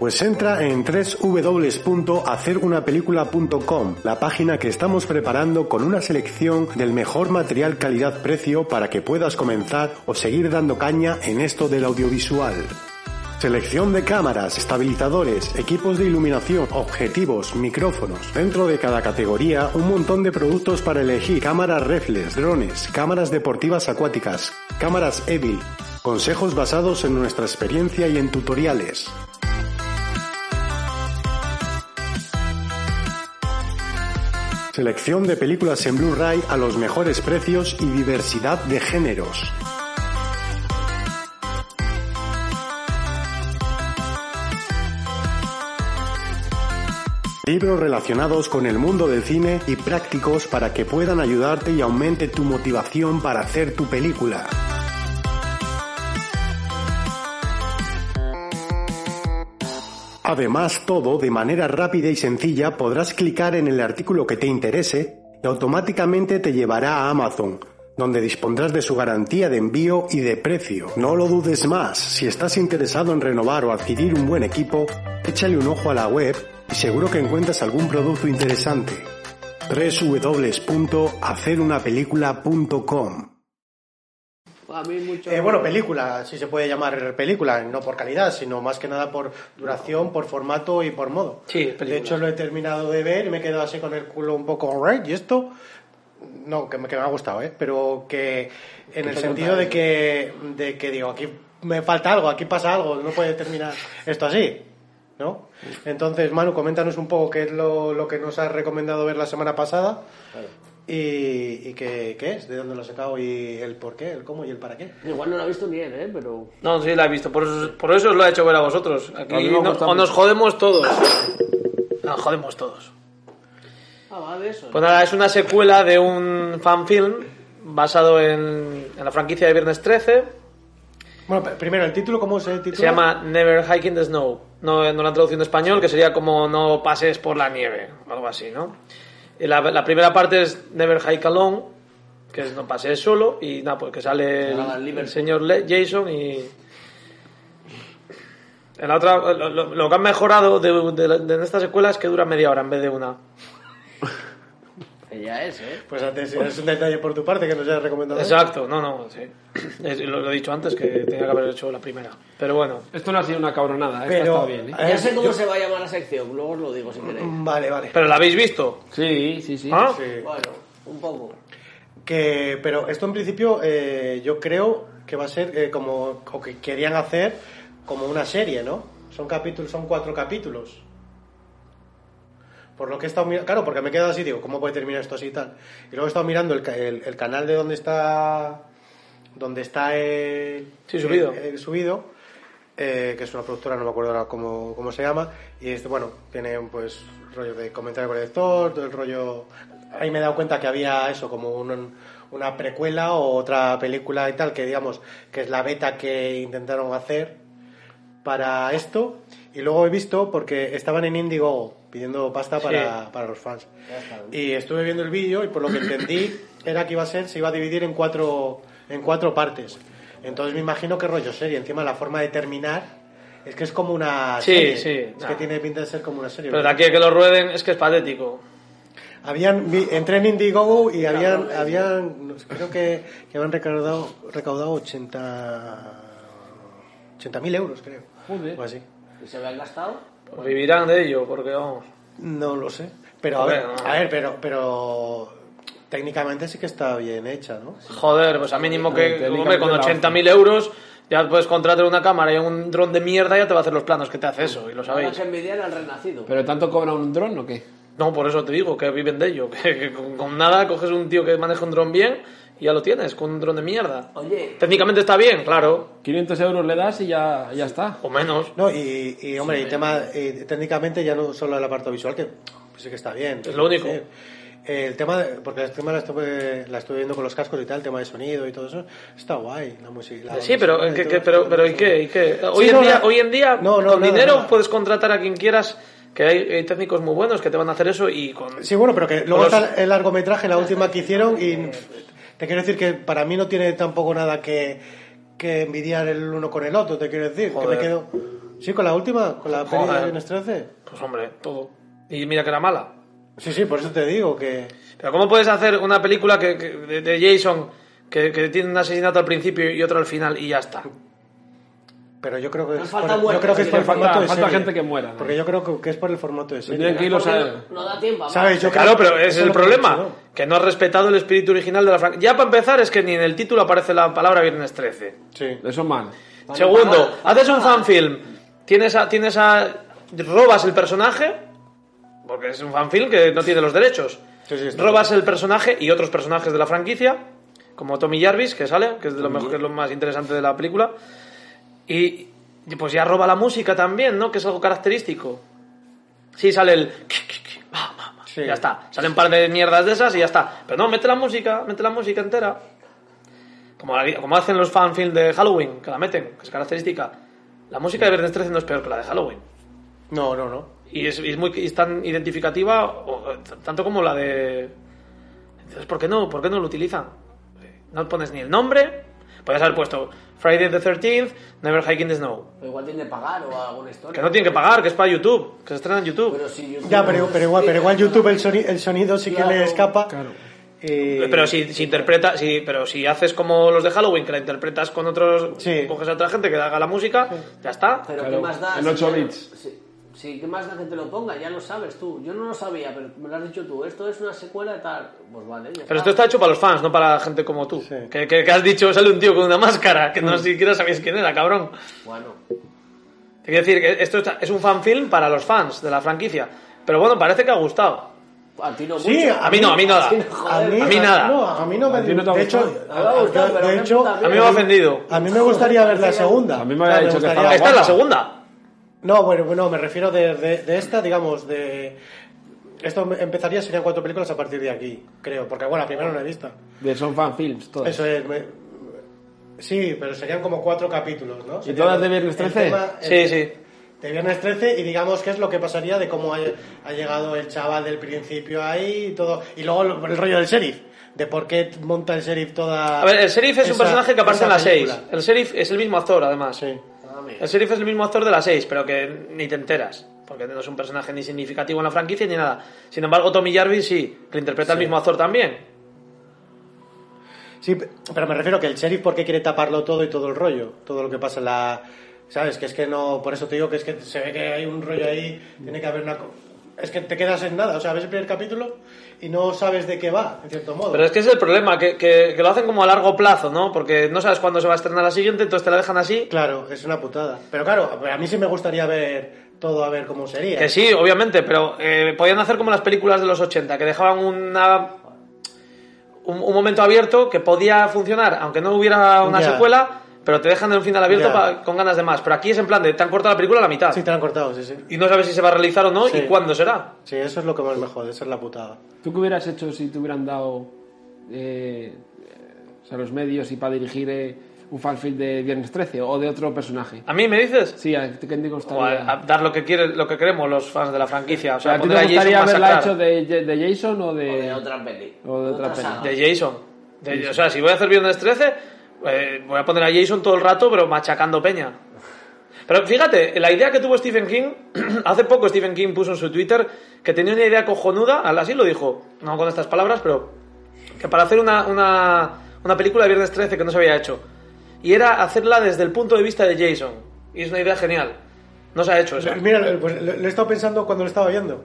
Speaker 5: Pues entra en www.hacerunapelícula.com, la página que estamos preparando con una selección del mejor material calidad-precio para que puedas comenzar o seguir dando caña en esto del audiovisual. Selección de cámaras, estabilizadores, equipos de iluminación, objetivos, micrófonos. Dentro de cada categoría, un montón de productos para elegir. Cámaras reflex, drones, cámaras deportivas acuáticas, cámaras Evil. Consejos basados en nuestra experiencia y en tutoriales. Selección de películas en Blu-ray a los mejores precios y diversidad de géneros. Libros relacionados con el mundo del cine y prácticos para que puedan ayudarte y aumente tu motivación para hacer tu película. Además, todo de manera rápida y sencilla podrás clicar en el artículo que te interese y automáticamente te llevará a Amazon, donde dispondrás de su garantía de envío y de precio. No lo dudes más, si estás interesado en renovar o adquirir un buen equipo, échale un ojo a la web y seguro que encuentras algún producto interesante. www.hacerunapelícula.com
Speaker 3: A mí mucho.
Speaker 1: Eh, bueno, película, si se puede llamar película, no por calidad, sino más que nada por duración, por formato y por modo.
Speaker 4: Sí,
Speaker 1: de
Speaker 4: película.
Speaker 1: hecho, lo he terminado de ver y me he quedado así con el culo un poco, alright, ¿y esto? No, que me, que me ha gustado, ¿eh? Pero que en el sentido de que, de que digo, aquí me falta algo, aquí pasa algo, no puede terminar esto así, ¿no? Entonces, Manu, coméntanos un poco qué es lo, lo que nos has recomendado ver la semana pasada. Y, y qué, qué es, de dónde lo has sacado y el por qué, el cómo y el para qué.
Speaker 3: Igual no lo ha visto ni él, ¿eh? Pero.
Speaker 4: No, sí la he visto. Por eso, por eso os lo he hecho ver a vosotros. Aquí
Speaker 2: A mí me ha
Speaker 4: no-
Speaker 2: gustado
Speaker 4: o nos
Speaker 2: mucho.
Speaker 4: jodemos todos. Nos jodemos todos.
Speaker 3: Ah, va de eso.
Speaker 4: Pues nada, es una secuela de un fanfilm basado en, en la franquicia de Viernes 13.
Speaker 1: Bueno, p- primero, el título, ¿cómo se titula?
Speaker 4: Se llama Never Hike in the Snow. No, no la han traducido en español, que sería como No pases por la nieve, o algo así, ¿no? Y La, la primera parte es Never Hike Alone, que es No pases solo, y nada, pues que sale
Speaker 3: Nada, el
Speaker 4: el,
Speaker 3: Liverpool.
Speaker 4: el señor Le- Jason y... En la otra, lo, lo- lo que han mejorado de, de la- de esta secuela es que dura media hora en vez de una.
Speaker 3: Que ya es, ¿eh?
Speaker 1: Pues antes, es un detalle por tu parte que nos hayas recomendado.
Speaker 4: Exacto, no, no, sí. Es- lo, lo he dicho antes, que tenía que haber hecho la primera. Pero bueno,
Speaker 2: Esto no ha sido una cabronada, esta
Speaker 1: Pero,
Speaker 2: está bien, ¿eh?
Speaker 1: a ver,
Speaker 3: Ya sé cómo
Speaker 1: yo- Mm.
Speaker 3: se va a llamar la sección, luego os lo digo si queréis.
Speaker 1: Vale, vale.
Speaker 4: ¿pero la habéis visto?
Speaker 2: Sí, sí, sí.
Speaker 4: ¿Ah?
Speaker 1: Sí.
Speaker 3: Bueno, un poco.
Speaker 1: Que, pero esto en principio eh, yo creo que va a ser eh, como, o que querían hacer como una serie, ¿no? Son capítulos, son cuatro capítulos. Por lo que he estado mirando, claro, porque me he quedado así, digo, ¿cómo puede terminar esto así y tal? Y luego he estado mirando el, ca- el- el canal de donde está, donde está el,
Speaker 4: Sí, subido.
Speaker 1: el- el subido, eh, que es una productora, no me acuerdo ahora cómo, cómo se llama, y este, bueno, tiene pues rollo de comentario con el lector, todo el rollo... Ahí me he dado cuenta que había eso, como un- una precuela o otra película y tal, que digamos, que es la beta que intentaron hacer para esto, y luego he visto, porque estaban en Indiegogo pidiendo pasta para, para los fans, y estuve viendo el vídeo y por lo que entendí era que iba a ser, se iba a dividir en cuatro, en cuatro partes. Entonces me imagino que rollo serie. Encima la forma de terminar es que es como una
Speaker 4: Sí,
Speaker 1: serie.
Speaker 4: sí,
Speaker 1: es que
Speaker 4: nah.
Speaker 1: tiene pinta de ser como una serie.
Speaker 4: Pero de aquí a que lo rueden es que es patético.
Speaker 1: Habían, vi- entré en Indiegogo y habían, habían no sé, creo que, que habían recaudado, recaudado 80... 80.000 euros, creo. O así.
Speaker 3: ¿Y se habían gastado?
Speaker 4: Pues vivirán de ello, porque vamos.
Speaker 1: No lo sé. Pero a ver,
Speaker 4: Bueno.
Speaker 1: a ver, pero, pero técnicamente sí que está bien hecha, ¿no?
Speaker 4: Joder, pues a mínimo que
Speaker 2: Técnicamente
Speaker 4: hombre,
Speaker 2: la
Speaker 4: con 80.000 euros ya puedes contratar una cámara y un dron de mierda y ya te va a hacer los planos que te hace eso, y lo
Speaker 3: Ahora
Speaker 4: sabéis.
Speaker 3: que envidiar al renacido.
Speaker 2: ¿Pero tanto cobra un dron o qué?
Speaker 4: No, por eso te digo, que viven de ello. [LAUGHS] Que, que con, con nada coges un tío que maneja un dron bien y ya lo tienes, con un dron de mierda.
Speaker 3: Oye,
Speaker 4: Técnicamente está bien, claro,
Speaker 2: 500 euros le das y ya, ya está.
Speaker 4: o menos.
Speaker 1: No, y, y, hombre, y tema, eh, técnicamente ya no solo el apartado visual, que pues sí que está bien.
Speaker 4: Es lo único.
Speaker 1: Sí. Eh, el tema, de- porque el tema la estuve, la estuve viendo con los cascos y tal, el tema de sonido y todo eso, está guay. La música, la
Speaker 4: Sí, pero,
Speaker 1: música y
Speaker 4: ¿qué-
Speaker 1: todo
Speaker 4: qué-
Speaker 1: eso,
Speaker 4: pero, pero ¿y
Speaker 1: está
Speaker 4: qué?
Speaker 1: bien.
Speaker 4: ¿Y qué?
Speaker 1: Sí,
Speaker 4: Hoy,
Speaker 1: no,
Speaker 4: en día,
Speaker 1: no.
Speaker 4: hoy en día,
Speaker 1: No, no,
Speaker 4: con
Speaker 1: nada,
Speaker 4: dinero
Speaker 1: nada.
Speaker 4: puedes contratar a quien quieras, que hay, hay técnicos muy buenos que te van a hacer eso y con...
Speaker 1: Sí, bueno, pero que luego
Speaker 4: Los-
Speaker 1: está el largometraje, la última que hicieron, y te quiero decir que para mí no tiene tampoco nada que, que envidiar el uno con el otro, te quiero decir. Que me
Speaker 4: Joder.
Speaker 1: quedo. Sí, con la última, con la peli de
Speaker 4: Joder.
Speaker 1: Viernes 13.
Speaker 4: Pues hombre, todo. Y mira que era mala.
Speaker 1: Sí, sí, por eso te digo que.
Speaker 4: Pero ¿cómo puedes hacer una película que, que- de, de Jason que, que tiene un asesinato al principio y otro al final y ya está?
Speaker 1: Pero yo creo que
Speaker 3: Nos
Speaker 1: es
Speaker 3: falta
Speaker 1: por, yo
Speaker 3: muertos,
Speaker 1: creo que es por el
Speaker 2: falta-
Speaker 1: formato de
Speaker 2: falta
Speaker 1: serie.
Speaker 2: gente que muera, ¿no?
Speaker 1: Porque yo creo que- que es por el formato de
Speaker 2: Tendrían
Speaker 1: serie.
Speaker 2: que irlos
Speaker 3: porque
Speaker 2: a...
Speaker 3: no, no da tiempo. vamos.
Speaker 1: ¿Sabes? Yo
Speaker 4: Claro, pero
Speaker 1: eso
Speaker 4: ese es el
Speaker 1: lo que
Speaker 4: problema,
Speaker 1: pienso,
Speaker 4: que no has respetado el espíritu original de la franquicia. Ya para empezar es que ni en el título aparece la palabra Viernes 13.
Speaker 1: ¿no? Sí.
Speaker 2: Eso mal.
Speaker 3: Ah.
Speaker 4: Segundo,
Speaker 3: para nada.
Speaker 4: haces un fanfilm, tienes a, tienes a... robas el personaje, porque es un fanfilm que no tiene los derechos.
Speaker 1: Sí, sí, está
Speaker 4: robas el personaje y otros personajes de la franquicia, como Tommy Jarvis, que sale, que es, de lo, mejor, que es lo más interesante de la película. Y y pues ya roba la música también, ¿no? Que es algo característico. Sí, sale el... va, va, va,
Speaker 1: Sí.
Speaker 4: Ya está. Salen un par de mierdas de esas y ya está. Pero no, mete la música, mete la música entera. Como, la- como hacen los fanfilms de Halloween, que la meten, que es característica. La música de Viernes 13 no es peor que la de Halloween.
Speaker 1: No, no, no.
Speaker 4: Y es, y es muy, y es tan identificativa o- o t- tanto como la de... Entonces, ¿por qué no? ¿Por qué no lo utilizan? No pones ni el nombre. Podrías haber puesto Friday the 13th, Never Hike in the Snow.
Speaker 3: O Igual tiene que pagar o alguna historia.
Speaker 4: Que no tienen que pagar, que es para YouTube, que se estrena en YouTube.
Speaker 3: Pero si YouTube [LAUGHS]
Speaker 1: Ya, pero, pero, igual, pero igual YouTube el soni- el sonido, sí que
Speaker 3: Claro.
Speaker 1: le escapa. Eh,
Speaker 4: Pero si, si interpreta, si, pero si haces como los de Halloween, que la interpretas con otros,
Speaker 1: Sí.
Speaker 4: coges a otra gente que haga la música, ya está.
Speaker 3: Pero
Speaker 2: Claro,
Speaker 3: ¿qué más da?
Speaker 2: en
Speaker 3: si
Speaker 2: ocho
Speaker 3: te lo-
Speaker 2: bits.
Speaker 3: Sí, sí, ¿qué más da que te lo ponga? Ya lo sabes tú. Yo no lo sabía, pero me lo has dicho tú. Esto es una secuela de tal. Pues vale, ya
Speaker 4: Pero esto está hecho para los fans, no para gente como tú.
Speaker 1: Sí.
Speaker 4: Que, que- que has dicho, sale un tío con una máscara, que no siquiera sabías quién era, cabrón.
Speaker 3: Bueno,
Speaker 4: Te quiero decir que esto está- es un fanfilm para los fans de la franquicia. Pero bueno, parece que ha gustado.
Speaker 3: a ti
Speaker 1: [LAUGHS]
Speaker 3: no
Speaker 1: Sí,
Speaker 3: mucho.
Speaker 4: A mí no, a mí nada.
Speaker 1: A mí,
Speaker 4: a mí nada.
Speaker 1: No, a mí no me
Speaker 2: A ti no te ha
Speaker 1: De hecho,
Speaker 2: gustado.
Speaker 3: Me va a gustar,
Speaker 1: yo-
Speaker 3: pero
Speaker 1: de
Speaker 3: qué
Speaker 1: hecho,
Speaker 3: puta
Speaker 4: A mí me ha ofendido.
Speaker 1: a mí me gustaría ver la segunda.
Speaker 2: A mí me había
Speaker 1: O sea,
Speaker 2: dicho que
Speaker 1: gustaría-
Speaker 2: estaba
Speaker 4: Esta es la segunda.
Speaker 1: No, bueno, bueno, me refiero de, de- de esta, digamos, de... Esto me- empezaría, serían cuatro películas a partir de aquí, creo. Porque, bueno, la primera no la he visto.
Speaker 2: De Son Fan Films, todas.
Speaker 1: Eso es... me- Sí, pero serían como cuatro capítulos, ¿no? Serían
Speaker 2: todas de Viernes
Speaker 1: el
Speaker 2: 13?
Speaker 1: tema-
Speaker 4: Sí, sí.
Speaker 1: De Viernes 13 y digamos que es lo que pasaría de cómo ha, ha llegado el chaval del principio ahí y todo. Y luego lo- el rollo del sheriff, de por qué monta el sheriff toda...
Speaker 4: A ver, el sheriff es un
Speaker 1: esa-
Speaker 4: personaje que
Speaker 1: esa
Speaker 4: aparece en la 6.
Speaker 1: película.
Speaker 4: El sheriff es el mismo actor, además.
Speaker 1: Sí.
Speaker 3: Ah, mira.
Speaker 4: El sheriff es el mismo actor de la 6, pero que ni te enteras. Porque no es un personaje ni significativo en la franquicia ni nada. Sin embargo, Tommy Jarvis sí, que lo interpreta el mismo actor también.
Speaker 1: Sí, pe- pero me refiero que el sheriff, ¿por qué quiere taparlo todo y todo el rollo? Todo lo que pasa en la... ¿Sabes? Que es que no... Por eso te digo que es que se ve que hay un rollo ahí, tiene que haber una... co- Es que te quedas en nada, o sea, ves el primer capítulo y no sabes de qué va, en cierto modo.
Speaker 4: Pero es que ese es el problema, que, que- que lo hacen como a largo plazo, ¿no? Porque no sabes cuándo se va a estrenar la siguiente, entonces te la dejan así.
Speaker 1: Claro, es una putada. Pero claro, a mí sí me gustaría ver todo, a ver cómo sería.
Speaker 4: Que sí, obviamente, pero eh, podían hacer como las películas de los 80, que dejaban una, un, un momento abierto que podía funcionar, aunque no hubiera una
Speaker 1: Ya.
Speaker 4: secuela, pero te dejan el final abierto
Speaker 1: Ya.
Speaker 4: pa- con ganas de más. Pero aquí es en plan de, te han cortado la película a la mitad.
Speaker 1: Sí, te lo han cortado, sí, sí.
Speaker 4: Y no sabes si se va a realizar o no
Speaker 1: Sí.
Speaker 4: y cuándo será.
Speaker 1: Sí, eso es lo que más me jode, esa es la putada.
Speaker 2: ¿Tú qué hubieras hecho si te hubieran dado eh, eh, o sea, los medios y para dirigir eh, un fanfic de Viernes 13 o de otro personaje?
Speaker 4: ¿A mí me dices?
Speaker 2: Sí, ¿a ti qué te
Speaker 4: O
Speaker 2: gustaría?
Speaker 4: a, a dar lo que quiere, lo que queremos los fans de la franquicia. O
Speaker 2: O sea,
Speaker 4: sea,
Speaker 2: ¿A ti
Speaker 4: poner
Speaker 2: te
Speaker 4: a Jason
Speaker 2: gustaría haberla
Speaker 4: masacrar.
Speaker 2: hecho de, de Jason o de...?
Speaker 3: O de otra peli.
Speaker 2: O de otra peli.
Speaker 3: saga.
Speaker 4: De Jason. De- o sea, si voy a hacer viernes 13, eh, voy a poner a Jason todo el rato, pero machacando peña. Pero fíjate, la idea que tuvo Stephen King, [CLEARS THROAT] hace poco Stephen King puso en su Twitter que tenía una idea cojonuda, al- así lo dijo, no con estas palabras, pero que para hacer una, una, una película de viernes 13 que no se había hecho, y era hacerla desde el punto de vista de Jason. Y es una idea genial. No se ha hecho eso.
Speaker 1: Mira, lo- pues lo, lo he estado pensando cuando lo estaba viendo.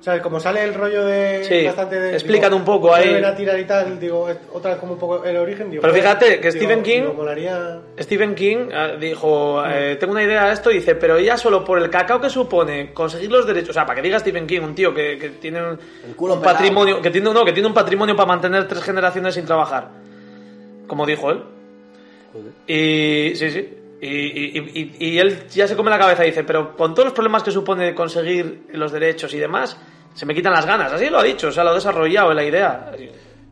Speaker 1: O sea, como sale el rollo de...
Speaker 4: Sí,
Speaker 1: bastante de-
Speaker 4: explican
Speaker 1: digo,
Speaker 4: un poco ahí.
Speaker 1: vuelven a tirar y tal, digo, es- otra vez como un poco el origen, digo...
Speaker 4: Pero
Speaker 1: joder,
Speaker 4: fíjate
Speaker 1: digo,
Speaker 4: que Stephen King-
Speaker 1: digo, molaría...
Speaker 4: Stephen King eh, dijo, eh, tengo una idea de esto, y dice, pero ya solo por el cacao que supone conseguir los derechos, o sea, para que diga Stephen King, un tío que, que tiene un,
Speaker 3: El culo
Speaker 4: un
Speaker 3: pelao.
Speaker 4: patrimonio, que tiene, no, que tiene un patrimonio para mantener tres generaciones sin trabajar, como dijo él. Y sí, sí. Y, y- y- y- y él ya se come la cabeza y dice, pero con todos los problemas que supone conseguir los derechos y demás, se me quitan las ganas. Así lo ha dicho, o sea, lo ha desarrollado en la idea.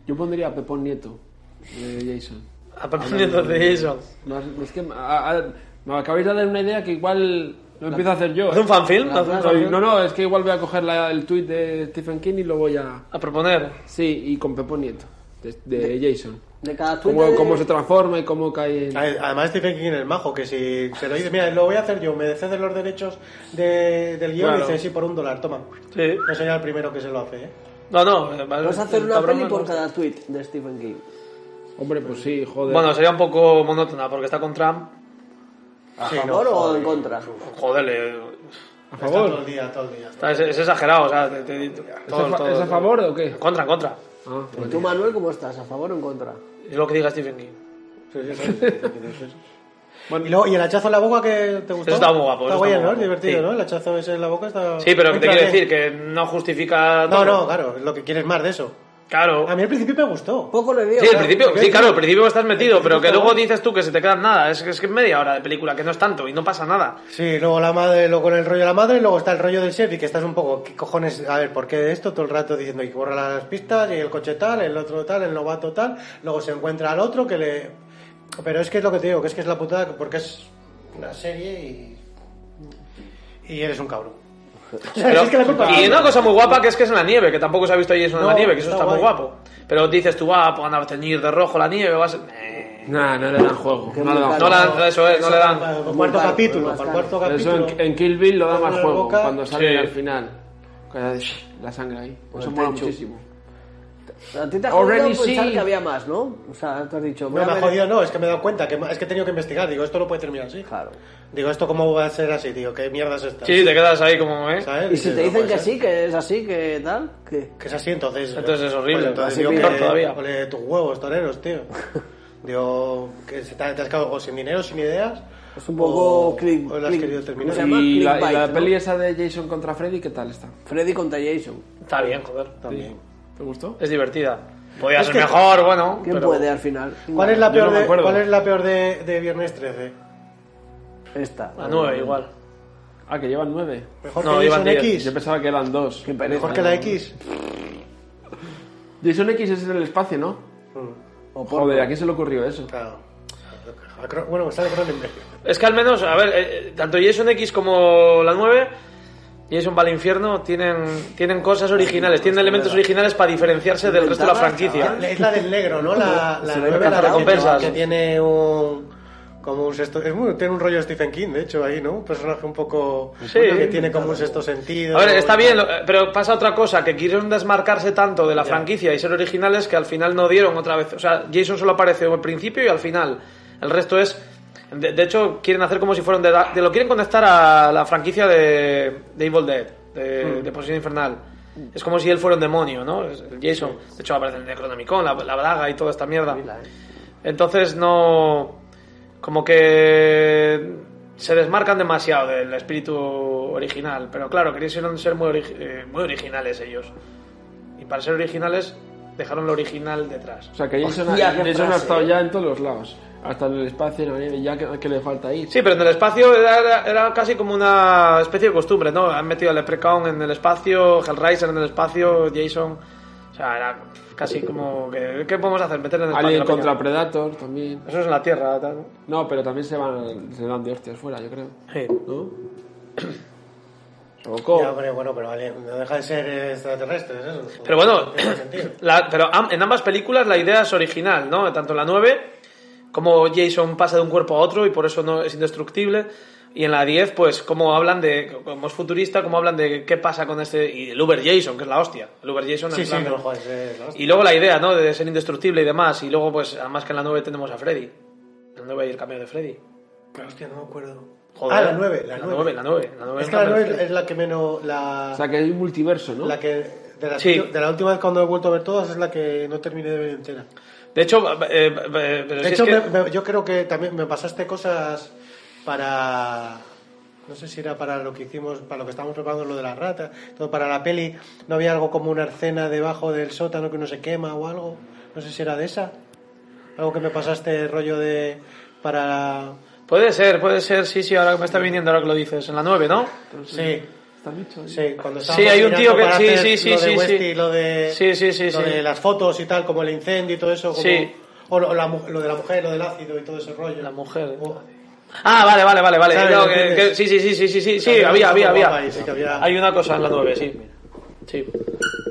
Speaker 2: Yo pondría a Pepón Nieto de Jason. Ah,
Speaker 4: Aprendiendo de eso.
Speaker 2: No, es que a- a- me acabáis de dar una idea que igual lo empiezo a hacer yo.
Speaker 4: Haz un fanfilm,
Speaker 2: La-
Speaker 4: haz un
Speaker 2: la-
Speaker 4: fanfilm.
Speaker 2: No, no, es que igual voy a coger la- el tweet de Stephen King y lo voy a...
Speaker 4: A proponer.
Speaker 2: Sí, y con Pepón Nieto, de, de Jason.
Speaker 3: De cada tweet
Speaker 2: Cómo,
Speaker 3: de-
Speaker 2: cómo se transforma y cómo cae en...
Speaker 1: Además Stephen King es majo, que si se lo dices, mira, lo voy a hacer yo, me cedes los derechos de- del guión
Speaker 4: Claro.
Speaker 1: y dice, sí, por un dólar, toma.
Speaker 4: Sí.
Speaker 1: No sería el primero que se lo hace, ¿eh?
Speaker 4: No, no. eh,
Speaker 3: Vas a hacer
Speaker 4: el
Speaker 3: una
Speaker 4: cabrón
Speaker 3: peli
Speaker 4: no
Speaker 3: por
Speaker 4: gusta.
Speaker 3: cada tweet de Stephen King.
Speaker 2: Hombre, pues sí, joder.
Speaker 4: Bueno, sería un poco monótona porque está con Trump.
Speaker 3: ¿A
Speaker 1: Sí,
Speaker 3: favor
Speaker 1: no,
Speaker 3: o en contra?
Speaker 4: Joder, le-
Speaker 2: ¿A
Speaker 1: Está
Speaker 2: favor?
Speaker 1: todo el día, todo el día.
Speaker 4: está- es, es exagerado. O sea, te- te- todo,
Speaker 2: ¿Es a, fa-
Speaker 4: todo,
Speaker 2: es a
Speaker 4: todo.
Speaker 2: favor o qué?
Speaker 4: En Contra, en contra.
Speaker 2: Ah,
Speaker 3: ¿Y tú, Manuel, cómo estás? ¿A favor o en contra?
Speaker 4: Es lo que diga Stephen King. [LAUGHS]
Speaker 1: Y, luego, y el hachazo en la boca que te gustó.
Speaker 4: Eso está muy guapo,
Speaker 1: Está
Speaker 4: eso
Speaker 1: guay,
Speaker 4: está muy
Speaker 1: ¿no? Es
Speaker 4: guapo,
Speaker 1: divertido,
Speaker 4: sí.
Speaker 1: ¿no? El hachazo ese en la boca está.
Speaker 4: Sí, pero que te
Speaker 1: Entra bien.
Speaker 4: quiero decir que no justifica.
Speaker 1: No,
Speaker 4: todo.
Speaker 1: no, claro, lo que quieres más de eso.
Speaker 4: Claro.
Speaker 1: A mí al principio me gustó.
Speaker 3: Poco le veo. ¿eh?
Speaker 4: Sí, al
Speaker 3: claro.
Speaker 4: principio, sí, claro, al principio estás metido, pero que
Speaker 1: está
Speaker 4: luego
Speaker 1: bueno.
Speaker 4: dices tú que se te quedan nada. Es que es que media hora de película, que no es tanto y no pasa nada.
Speaker 1: Sí, luego la madre, luego con el rollo de la madre, luego está el rollo del sheriff, que estás un poco, ¿qué cojones? A ver, ¿por qué esto? Todo el rato diciendo, y que borra las pistas, y el coche tal, el otro tal, el novato tal, luego se encuentra al otro que le. Pero es que es lo que te digo, que es que es la putada, porque es una serie y. Y eres un cabrón. [LAUGHS] O sea, [LAUGHS]
Speaker 4: Pero-
Speaker 1: es que la culpa-
Speaker 4: y una cosa muy guapa que es que es en la nieve, que tampoco se ha visto Jason en la
Speaker 1: No,
Speaker 4: nieve, que eso
Speaker 1: está
Speaker 4: está muy
Speaker 1: guay.
Speaker 4: guapo. Pero dices tú, ah, van a teñir de rojo la nieve, vas. Eh.
Speaker 2: Nah, no le dan juego.
Speaker 3: Qué
Speaker 2: No le dan
Speaker 3: brutal.
Speaker 4: No
Speaker 2: juego.
Speaker 4: le dan, eso es, no le dan.
Speaker 1: Para el cuarto
Speaker 3: Muy caro,
Speaker 1: capítulo,
Speaker 3: muy
Speaker 1: para el cuarto
Speaker 2: Eso
Speaker 1: capítulo.
Speaker 2: en, en Kill Bill lo da
Speaker 1: Con
Speaker 2: más
Speaker 1: la
Speaker 2: juego,
Speaker 1: boca.
Speaker 2: cuando sale
Speaker 4: Sí.
Speaker 2: al final. Cada- La sangre ahí.
Speaker 3: Con
Speaker 2: Eso
Speaker 3: el
Speaker 2: mola
Speaker 3: tenchu.
Speaker 2: muchísimo.
Speaker 3: A ti te ha jodido
Speaker 2: Already
Speaker 3: pensar
Speaker 2: see.
Speaker 3: que había más, ¿no? O sea, tú has dicho... voy
Speaker 1: No
Speaker 3: a
Speaker 1: me ha
Speaker 3: ver-
Speaker 1: jodido, no, es que me he dado cuenta, que es que he tenido que investigar. Digo, esto no puede terminar así.
Speaker 3: Claro.
Speaker 1: Digo, ¿esto cómo va a ser así, tío? ¿Qué mierda es esta?
Speaker 4: Sí, te quedas ahí como, ¿eh?
Speaker 1: ¿Sabes?
Speaker 3: Y si
Speaker 1: Dices,
Speaker 3: te
Speaker 1: no
Speaker 3: dicen
Speaker 1: puede
Speaker 3: que
Speaker 1: ser.
Speaker 3: sí, que es así, que tal, que...
Speaker 1: Que es así, entonces. pues,
Speaker 4: Entonces es horrible,
Speaker 1: entonces
Speaker 4: así
Speaker 1: digo,
Speaker 4: peor
Speaker 1: ole-
Speaker 4: todavía.
Speaker 1: ole tus huevos, toreros,
Speaker 4: [LAUGHS]
Speaker 1: tío. digo, que se te ha- te has quedado o sin dinero, sin ideas.
Speaker 3: Es un poco
Speaker 1: O,
Speaker 3: click-
Speaker 1: o lo has
Speaker 3: click-
Speaker 1: querido terminar.
Speaker 3: Se llama
Speaker 2: Y la, y
Speaker 3: clickbait,
Speaker 2: la
Speaker 3: ¿no?
Speaker 2: peli esa de Jason contra Freddy, ¿qué tal está?
Speaker 3: Freddy contra Jason.
Speaker 4: Está bien, joder.
Speaker 1: También.
Speaker 2: ¿Te gustó?
Speaker 4: Es divertida. Podía
Speaker 1: Es
Speaker 4: ser
Speaker 1: que-
Speaker 4: mejor, bueno.
Speaker 3: ¿Quién
Speaker 4: pero-
Speaker 3: puede al final?
Speaker 1: ¿Cuál es la
Speaker 4: Yo
Speaker 1: peor,
Speaker 4: no me
Speaker 1: de,
Speaker 4: acuerdo.
Speaker 1: ¿cuál es la peor de, de Viernes 13?
Speaker 3: Esta.
Speaker 4: La nueve, igual.
Speaker 2: Ah, que llevan nueve.
Speaker 1: ¿Mejor
Speaker 4: No,
Speaker 1: que
Speaker 4: iban
Speaker 1: Jason
Speaker 4: diez.
Speaker 1: X?
Speaker 2: Yo pensaba que eran dos.
Speaker 3: Qué pereza.
Speaker 1: ¿Mejor que la X?
Speaker 2: Jason X es en el espacio, ¿no?
Speaker 3: O porno.
Speaker 2: Joder, ¿a quién se le ocurrió eso?
Speaker 1: Claro. A Cro- Bueno, sale Cronenberg.
Speaker 4: Es que al menos, a ver, eh, eh, tanto Jason X como la 9, Jason va al infierno, tienen, tienen cosas originales, tienen elementos originales para diferenciarse del resto de la
Speaker 3: Inventadas,
Speaker 4: franquicia.
Speaker 1: La isla del negro, ¿no? La, la
Speaker 4: Se le
Speaker 1: nueva, la
Speaker 4: ve que hace
Speaker 1: que tiene-
Speaker 4: recompensas.
Speaker 1: que tiene un... Como un sexto... Es muy, tiene un rollo Stephen King, de hecho, ahí, ¿no? Un personaje un poco...
Speaker 4: Sí.
Speaker 1: Que tiene como un sexto sentido.
Speaker 4: A ver, está
Speaker 1: y
Speaker 4: bien,
Speaker 1: tal.
Speaker 4: lo- eh, pero pasa otra cosa, que quisieron desmarcarse tanto de la franquicia y ser originales que al final no dieron otra vez. O sea, Jason solo aparece al principio y al final. El resto es... De, de hecho, quieren hacer como si fueran de, la- de- Lo quieren conectar a la franquicia de, de Evil Dead, de,
Speaker 1: Hmm.
Speaker 4: de Posesión Infernal. Es como si él fuera un demonio, ¿no? Es- el Jason. De hecho, aparece en el Necronomicon, la, la braga y toda esta mierda. Entonces no... Como que se desmarcan demasiado del espíritu original. Pero claro, quisieron ser muy, ori- eh, muy originales ellos. Y para ser originales dejaron lo original detrás.
Speaker 2: O sea, que Jason,
Speaker 3: Hostia, qué
Speaker 2: Jason ha
Speaker 3: frase,
Speaker 2: estado
Speaker 3: eh.
Speaker 2: ya en todos los lados. Hasta en el espacio, en la nieve, ya que, que le falta ir.
Speaker 4: Sí, pero en el espacio era, era- era casi como una especie de costumbre, ¿no? Han metido a Leprechaun en el espacio, Hellraiser en el espacio, Jason... O sea, era casi como que... ¿Qué podemos hacer? Meter en el espacio.
Speaker 2: Alien
Speaker 4: la peña.
Speaker 2: contra Predator también.
Speaker 4: Eso es en la Tierra, tal, ¿no?
Speaker 2: No, pero también se van se dan de hostias fuera, yo creo. ¿No? O
Speaker 1: Ya,
Speaker 2: co.
Speaker 1: pero bueno, pero vale, no deja de ser eh, extraterrestres, eso.
Speaker 4: Pero bueno,
Speaker 1: No tiene sentido.
Speaker 4: la- pero am- en ambas películas la idea es original, ¿no? Tanto en la 9 como Jason pasa de un cuerpo a otro y por eso no es indestructible. Y en la 10, pues, como hablan de. Como es futurista, como hablan de qué pasa con este. Y el Uber Jason, que es la hostia. El Uber Jason en
Speaker 1: Sí, sí,
Speaker 4: plan-
Speaker 1: no, joder, es la hostia.
Speaker 4: Y luego la idea, ¿no? De ser indestructible y demás. Y luego, pues, además que en la 9 tenemos a Freddy. En la 9 hay el cambio de Freddy.
Speaker 1: Hostia, no me acuerdo.
Speaker 4: Joder.
Speaker 1: Ah, la 9, la
Speaker 4: La
Speaker 1: 9.
Speaker 4: 9, la 9. La 9
Speaker 1: Es que la 9 es la que menos... La,
Speaker 2: O sea, que hay un multiverso, ¿no?
Speaker 1: la que... De, las
Speaker 4: Sí.
Speaker 1: ulti- de la última vez cuando he vuelto a ver todas es la que no terminé de ver entera.
Speaker 4: De hecho, eh, eh, pero si
Speaker 1: De
Speaker 4: es
Speaker 1: hecho,
Speaker 4: que-
Speaker 1: me- me- yo creo que también me pasaste cosas para... No sé si era para lo que hicimos, para lo que estábamos preparando lo de la rata, todo para la peli. ¿No había algo como una escena debajo del sótano que no se quema o algo? No sé si era de esa. Algo que me pasaste rollo de... Para...
Speaker 4: Puede ser, puede ser, sí, sí, ahora me está viniendo ahora que lo dices, en la 9, ¿no?
Speaker 1: Sí.
Speaker 2: Está dicho. ¿eh?
Speaker 1: Sí, cuando
Speaker 4: Sí, hay un
Speaker 1: mirando
Speaker 4: tío que-
Speaker 1: para
Speaker 4: sí,
Speaker 1: hacer
Speaker 4: sí, sí,
Speaker 1: lo de
Speaker 4: sí,
Speaker 1: Westy,
Speaker 4: sí.
Speaker 1: lo de
Speaker 4: Sí, sí, sí,
Speaker 1: lo
Speaker 4: sí.
Speaker 1: de las fotos y tal, como el incendio y todo eso, como
Speaker 4: Sí.
Speaker 1: o lo, la mu- lo de la mujer, lo del ácido y todo ese rollo.
Speaker 4: La mujer.
Speaker 1: O-
Speaker 4: Ah, vale, vale, vale, vale.
Speaker 1: ¿Sabes?
Speaker 4: No, que-
Speaker 1: ¿Entiendes?
Speaker 4: que- sí, sí, sí, sí, sí, sí, sí,
Speaker 1: Claro,
Speaker 4: había, había,
Speaker 1: como
Speaker 4: había.
Speaker 1: guapa, sí que había.
Speaker 4: Hay una cosa en la 9, sí. Sí.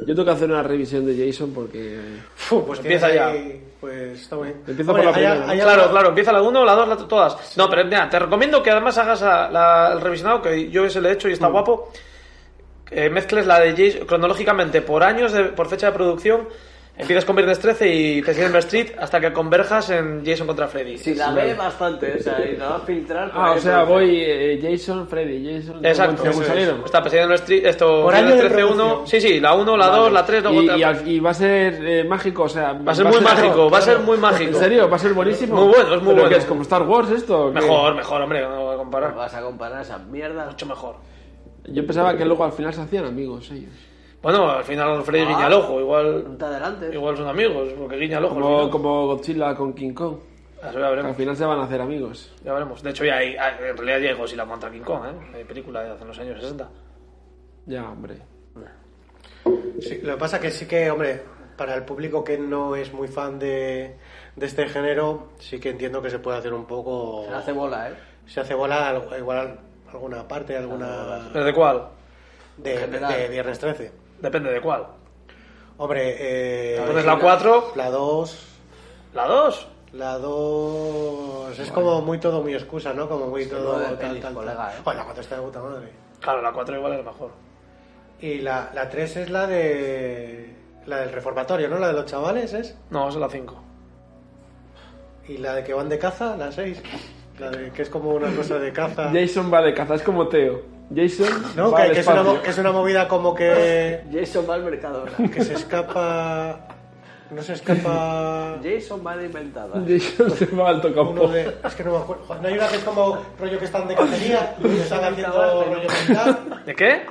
Speaker 2: Yo tengo que hacer una revisión de Jason porque.
Speaker 1: Fu, pues
Speaker 4: Empieza
Speaker 1: tienes
Speaker 4: ya.
Speaker 1: ahí- pues está bien.
Speaker 2: Empieza por la
Speaker 1: hay-
Speaker 2: primera, ¿no?
Speaker 1: hay
Speaker 4: Claro,
Speaker 1: algo-
Speaker 4: claro, empieza la 1, la 2, la, todas. No, pero mira, te recomiendo que además hagas a- la- el revisionado, que yo ese le he hecho y está guapo. Eh, mezcles la de Jason cronológicamente por años, de- por fecha de producción. Empiezas con Viernes 13 y te sigues en Street hasta que converjas en Jason contra Freddy.
Speaker 3: Si la ve bastante, o sea, y la va a filtrar... por
Speaker 2: Ah, o
Speaker 3: ahí,
Speaker 2: sea,
Speaker 3: por-
Speaker 2: voy eh, Jason, Freddy, Jason. según-
Speaker 4: Exacto.
Speaker 2: según
Speaker 4: eso es.
Speaker 2: salieron.
Speaker 4: Está pues, Presidente Street, esto
Speaker 1: Por año de
Speaker 4: 13-1.
Speaker 1: producción.
Speaker 4: Sí, sí, la 1, la 2, la 3, luego
Speaker 2: y,
Speaker 4: te-
Speaker 2: y al- y va a ser eh, mágico, o sea.
Speaker 4: Va a ser muy mágico, va
Speaker 2: [LAUGHS]
Speaker 4: a ser muy
Speaker 2: ¿En
Speaker 4: mágico.
Speaker 2: serio? ¿Va a ser buenísimo?
Speaker 4: Muy bueno, es muy
Speaker 2: ¿Pero
Speaker 4: bueno.
Speaker 2: qué es como Star Wars esto? o qué?
Speaker 4: Mejor, mejor, hombre, no voy a comparar.
Speaker 3: Vas a comparar esas mierdas.
Speaker 4: Mucho mejor.
Speaker 2: Yo pensaba que luego al final se hacían amigos ellos.
Speaker 4: Bueno, al final
Speaker 1: Ah.
Speaker 4: Freddy guiña el ojo,
Speaker 3: No
Speaker 4: igual,
Speaker 3: te adelantes.
Speaker 4: igual son amigos, porque guiña el ojo. al
Speaker 2: Como,
Speaker 4: final.
Speaker 2: como Godzilla con King Kong.
Speaker 4: Eso ya
Speaker 2: Al
Speaker 4: veremos.
Speaker 2: final se van a hacer amigos.
Speaker 4: Ya veremos. De hecho, ya hay, hay- en realidad ya hay Godzilla contra King Kong, ¿eh? Hay película de hace los años 60.
Speaker 2: Ya, hombre.
Speaker 1: Sí, lo que pasa que sí que, hombre, para el público que no es muy fan de, de este género, sí que entiendo que se puede hacer un poco
Speaker 3: Se la hace bola, ¿eh?
Speaker 1: se hace bola al- igual alguna parte, alguna
Speaker 4: ¿Pero de cuál?
Speaker 1: de,
Speaker 3: General.
Speaker 1: de viernes 13.
Speaker 4: Depende de cuál.
Speaker 1: Hombre, eh,
Speaker 4: Pones la 4,
Speaker 1: la 2
Speaker 4: la 2.
Speaker 1: La 2 es como muy todo muy excusa, ¿no? Como muy todo
Speaker 3: no de
Speaker 1: tal,
Speaker 3: pelis,
Speaker 1: tal,
Speaker 3: colega,
Speaker 1: tal.
Speaker 3: ¿eh?
Speaker 1: Joder, la 4 está de puta madre.
Speaker 4: Claro, la 4 igual es mejor.
Speaker 1: Y la 3 es la de... La del reformatorio, ¿no? La de los chavales es.
Speaker 4: No, es a las 5.
Speaker 1: Y la de que van de caza, la 6. La de que es como una cosa de caza.
Speaker 2: Jason va de caza, es como Teo. Jason
Speaker 1: ¿No?
Speaker 2: va
Speaker 1: Que-
Speaker 2: al
Speaker 1: que, es una, mo-
Speaker 2: espacio.
Speaker 1: que es una movida como que.
Speaker 3: Jason va al mercado ahora.
Speaker 1: que se escapa. No se escapa.
Speaker 3: Jason va de inventada.
Speaker 2: [LAUGHS] Jason se va al
Speaker 1: Uno
Speaker 2: tocampo.
Speaker 1: de. Es que no me acuerdo. Joder, No hay una que es como rollo que están de cacería. y que están haciendo rollo militar.
Speaker 4: ¿De qué?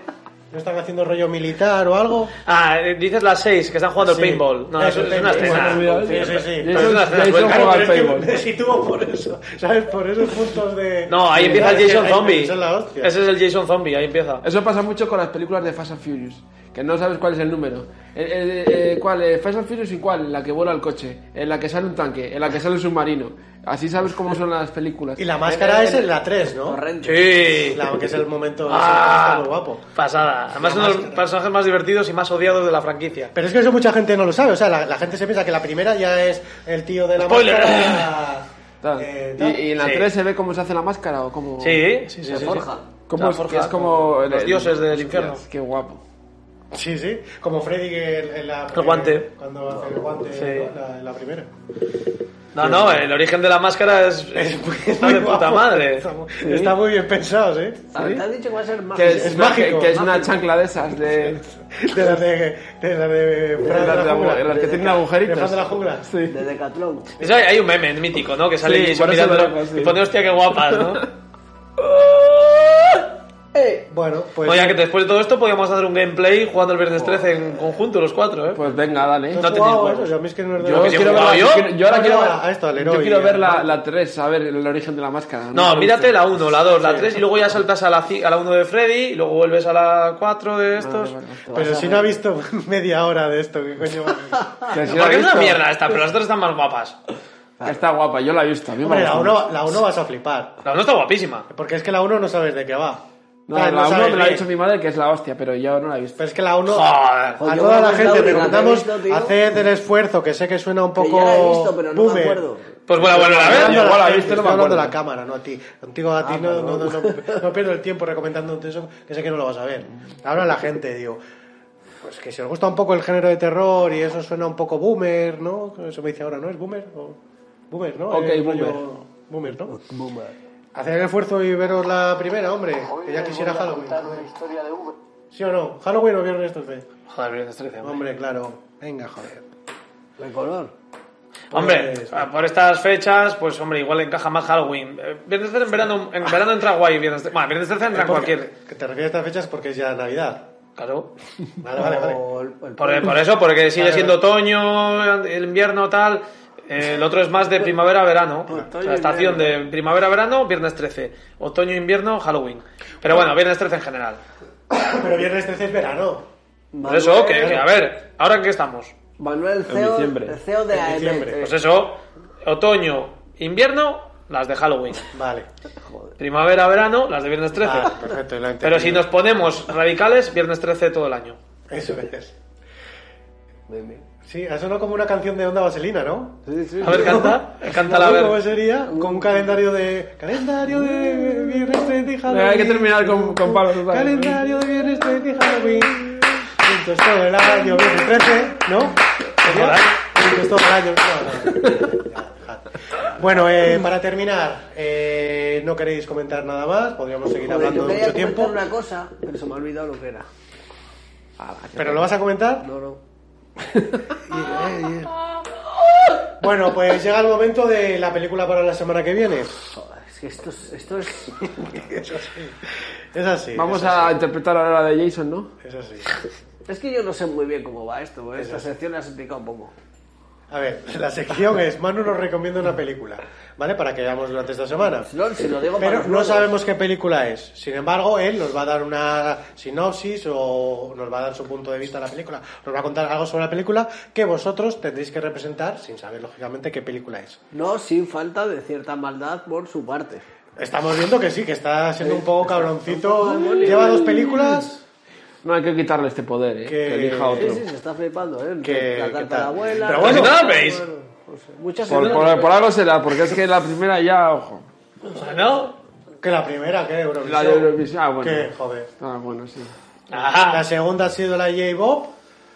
Speaker 1: No están haciendo rollo militar o algo.
Speaker 4: Ah, eh, dices las 6, que están jugando
Speaker 1: Sí.
Speaker 4: el paintball. No,
Speaker 1: Eso,
Speaker 4: eso, es una
Speaker 1: paintball.
Speaker 4: escena.
Speaker 1: Bueno, Sí, sí, sí.
Speaker 4: Eso es una escena.
Speaker 2: Jason
Speaker 4: Bueno,
Speaker 1: Claro,
Speaker 2: juega al
Speaker 1: pero es que
Speaker 2: paintball.
Speaker 1: me sitúo por eso, ¿sabes? Por esos puntos de...
Speaker 4: No, ahí
Speaker 1: de-
Speaker 4: empieza el
Speaker 1: es que-
Speaker 4: Jason
Speaker 1: ahí-
Speaker 4: Zombie.
Speaker 1: Eso es la hostia.
Speaker 4: Ese es el Jason Zombie, ahí empieza.
Speaker 2: Eso pasa mucho con las películas de Fast and Furious, que no sabes cuál es el número. Eh, eh, eh, ¿Cuál? eh, ¿Fast and Furious y cuál? En la que vuela el coche, en la que sale un tanque, en la que sale un submarino. Así sabes cómo son las películas.
Speaker 1: Y la máscara es en la 3, ¿no?
Speaker 3: Torrente.
Speaker 4: Sí.
Speaker 1: La que es el momento...
Speaker 4: Ah.
Speaker 1: Está muy guapo.
Speaker 4: Pasada. Además,
Speaker 1: La
Speaker 4: uno de los
Speaker 1: máscara.
Speaker 4: personajes más divertidos y más odiados de la franquicia.
Speaker 1: Pero es que eso mucha gente no lo sabe. O sea, la, la gente se piensa que la primera ya es el tío de la
Speaker 4: Spoiler.
Speaker 1: máscara.
Speaker 2: Tal.
Speaker 1: eh,
Speaker 2: y,
Speaker 1: tal.
Speaker 2: y en la
Speaker 4: Sí.
Speaker 2: 3 se ve cómo se hace la máscara o cómo...
Speaker 4: Sí, sí,
Speaker 3: Se
Speaker 4: sí. sí, sí.
Speaker 3: forja.
Speaker 2: cómo
Speaker 4: La
Speaker 2: es,
Speaker 4: forja,
Speaker 2: que es como...
Speaker 4: los dioses del infierno.
Speaker 2: Hostias, Qué guapo.
Speaker 1: Sí, sí. Como Freddy que en, en la... primera-
Speaker 4: guante.
Speaker 1: Cuando hace el guante
Speaker 4: Sí.
Speaker 1: ¿no? la, en la primera.
Speaker 4: No, no, el origen de la máscara es,
Speaker 1: Es [LAUGHS]
Speaker 4: está
Speaker 1: muy
Speaker 4: [LAUGHS] de puta
Speaker 1: guapo.
Speaker 4: madre.
Speaker 1: Está muy, está muy bien pensado, ¿sí?
Speaker 3: A ver, Ah, Te has dicho que va a ser más.
Speaker 2: Que es,
Speaker 1: es
Speaker 2: una-
Speaker 1: mágico,
Speaker 2: Que, que es una
Speaker 3: mágico.
Speaker 2: chancla de esas, de...
Speaker 1: De la de... De la de... Fran
Speaker 2: las de-
Speaker 1: jungla.
Speaker 2: las que tienen
Speaker 1: De-
Speaker 2: agujeritos.
Speaker 1: De Fran de la jungla. Sí.
Speaker 3: De Decathlon.
Speaker 4: Eso hay, hay un meme mítico, ¿no? Que sale
Speaker 2: Sí,
Speaker 4: Jason
Speaker 2: por eso lo
Speaker 4: mirándolo
Speaker 2: hago así.
Speaker 4: y pone hostia qué guapas, ¿no?
Speaker 1: Bueno, pues...
Speaker 4: Oye, que después de todo esto podíamos hacer un gameplay jugando el viernes 13 en conjunto los cuatro, ¿eh?
Speaker 2: Pues venga, dale.
Speaker 4: No tenéis
Speaker 1: Wow,
Speaker 4: huevos.
Speaker 1: eso, a mí es que no es de
Speaker 2: Yo
Speaker 1: la-
Speaker 4: que
Speaker 2: quiero ver
Speaker 4: jugaba
Speaker 2: la,
Speaker 4: yo.
Speaker 2: yo quiero- yo ahora
Speaker 1: No,
Speaker 2: quiero
Speaker 1: no,
Speaker 2: ver,
Speaker 1: a esto, al héroe
Speaker 2: yo quiero
Speaker 1: y-
Speaker 2: ver la, la 3, a ver el origen de la máscara.
Speaker 4: No,
Speaker 2: me
Speaker 4: mírate
Speaker 2: gusta.
Speaker 4: la 1, la 2, la 3 y luego ya saltas a la, ci- a la 1 de Freddy y luego vuelves a la 4 de estos.
Speaker 1: Pero si no ha visto [LAUGHS] media hora de esto, ¿qué coño va
Speaker 3: [LAUGHS]
Speaker 1: a
Speaker 2: Que si la
Speaker 4: Porque
Speaker 2: he
Speaker 4: es una
Speaker 2: visto.
Speaker 4: mierda esta, pero las otras están más guapas.
Speaker 2: Que Está guapa, yo la he visto. A mí me
Speaker 1: Hombre, la
Speaker 2: gusta.
Speaker 1: 1 la uno vas a flipar.
Speaker 4: La 1 está guapísima.
Speaker 1: Porque es que la 1 no sabes de qué va.
Speaker 2: No,
Speaker 1: O sea,
Speaker 2: la 1
Speaker 1: sabes
Speaker 2: me la ha
Speaker 1: bien.
Speaker 2: dicho mi madre que es la hostia, pero yo no la he visto.
Speaker 1: Pero es que la 1...
Speaker 4: Joder.
Speaker 1: A
Speaker 3: Yo
Speaker 1: toda
Speaker 3: no
Speaker 1: la
Speaker 3: me
Speaker 1: gente
Speaker 3: la
Speaker 1: te
Speaker 3: he
Speaker 1: preguntamos,
Speaker 3: visto, tío.
Speaker 1: haced el esfuerzo, que sé que suena un
Speaker 3: Que
Speaker 1: poco...
Speaker 3: ya la he visto, pero no me
Speaker 1: boomer.
Speaker 3: acuerdo.
Speaker 4: Pues bueno, bueno, a
Speaker 1: Estoy
Speaker 4: ver.
Speaker 1: hablando
Speaker 2: igual
Speaker 1: a la
Speaker 2: la he
Speaker 1: gente,
Speaker 2: visto, no
Speaker 1: estoy
Speaker 2: me
Speaker 1: hablando de la
Speaker 2: acuerdo.
Speaker 1: cámara, no a ti. Contigo a ti no, no, no, no, no pierdo el tiempo recomendándote eso, que sé que no lo vas a ver. Ahora la gente, digo, pues que si os gusta un poco el género de terror y eso suena un poco boomer, ¿no? Eso me dice ahora, ¿no? ¿Es boomer? O- Boomer, ¿no?
Speaker 2: Ok,
Speaker 1: Eh,
Speaker 2: boomer.
Speaker 1: rollo- Boomer, ¿no? Haced el esfuerzo y veros la primera, hombre, que ya quisiera Halloween. ¿Sí o no? ¿Halloween o viernes 13?
Speaker 4: Joder, viernes 13, hombre.
Speaker 1: Hombre, claro. Venga, joder.
Speaker 3: De color.
Speaker 4: Hombre,
Speaker 1: Pues-
Speaker 4: ah, por estas fechas, pues hombre, igual encaja más Halloween. Eh, Viernes 13 en verano, en verano entra guay. Viernes 13, bueno, viernes 13 entra en
Speaker 1: Porque-
Speaker 4: cualquier.
Speaker 1: Que te refieres a estas fechas porque es ya Navidad.
Speaker 4: Claro.
Speaker 1: Vale, vale, vale.
Speaker 3: O el- el-
Speaker 4: Por, por eso, porque sigue siendo otoño, el invierno, tal. Eh, El otro es más de primavera-verano. O sea, estación de primavera-verano, viernes 13. Otoño-invierno, Halloween. Pero bueno, viernes 13 en general.
Speaker 1: Pero viernes 13 es verano.
Speaker 4: Por eso, que, que, a ver, ¿ahora en qué estamos?
Speaker 3: Manuel CEO,
Speaker 2: diciembre.
Speaker 3: el CEO de E
Speaker 1: En diciembre.
Speaker 3: AM.
Speaker 4: Pues eso, otoño, invierno, las de Halloween.
Speaker 1: Vale.
Speaker 4: Primavera, verano, las de viernes 13.
Speaker 1: Ah, perfecto, lo he
Speaker 4: Pero
Speaker 1: entendido.
Speaker 4: si nos ponemos radicales, viernes 13 todo el año.
Speaker 1: Eso es. Sí, ha sonado como una canción de Onda Vaselina, ¿no?
Speaker 4: A
Speaker 2: Ah,
Speaker 4: ver, canta, canta la
Speaker 1: ¿Cómo
Speaker 4: ver.
Speaker 1: sería?
Speaker 2: Uh.
Speaker 1: Con un calendario de... Calendario de viernes 30 y Halloween.
Speaker 2: Hay que terminar con- con palos, ¿sabes?
Speaker 1: Calendario de viernes 30 y Halloween. Juntos todo el año, viernes 13, ¿no? ¿Sería?
Speaker 4: ¿Verdad?
Speaker 1: Juntos todo el año. No, no, no. Ya, dejad. Bueno, eh, para terminar, eh, no queréis comentar nada más, podríamos seguir
Speaker 3: Joder,
Speaker 1: hablando
Speaker 3: yo quería
Speaker 1: mucho
Speaker 3: comentar
Speaker 1: tiempo.
Speaker 3: una cosa, pero se me ha olvidado lo que era.
Speaker 1: ¿Pero lo vas a comentar?
Speaker 3: No, no.
Speaker 1: Bueno, pues llega el momento de la película para la semana que viene.
Speaker 3: Joder, es que esto es... Esto es... [LAUGHS]
Speaker 1: Es así.
Speaker 2: Vamos a interpretar ahora la de Jason, ¿no?
Speaker 1: Es así.
Speaker 3: Es que yo no sé muy bien cómo va esto. ¿eh? Esta sección la has explicado un poco.
Speaker 1: A ver, la sección es Manu nos recomienda una película, ¿vale? Para que veamos durante esta semana.
Speaker 3: No, si lo digo para
Speaker 1: Pero
Speaker 3: los
Speaker 1: no
Speaker 3: nuevos.
Speaker 1: sabemos qué película es. Sin embargo, él nos va a dar una sinopsis o nos va a dar su punto de vista de la película. Nos va a contar algo sobre la película que vosotros tendréis que representar sin saber, lógicamente, qué película es.
Speaker 3: No, sin falta de cierta maldad por su parte.
Speaker 1: Estamos viendo que sí, que está siendo un poco cabroncito. Lleva dos películas.
Speaker 2: No hay que quitarle este poder, ¿eh?
Speaker 1: Que-
Speaker 2: Que elija
Speaker 3: Sí,
Speaker 2: otro.
Speaker 3: sí, se está flipando, ¿eh?
Speaker 1: Que-
Speaker 3: la
Speaker 1: que tal.
Speaker 3: carta de la abuela...
Speaker 1: Pero
Speaker 4: Pues
Speaker 1: bueno.
Speaker 4: si no la veis.
Speaker 3: pues, muchas
Speaker 2: Por, por, por algo será, porque es que la primera ya, ojo.
Speaker 4: ¿No?
Speaker 1: Que la primera, que Eurovisión.
Speaker 2: La de Eurovisión, ah, bueno.
Speaker 1: Que, joder.
Speaker 2: Ah, bueno, sí.
Speaker 4: Ajá.
Speaker 1: La segunda ha sido la J-Bob.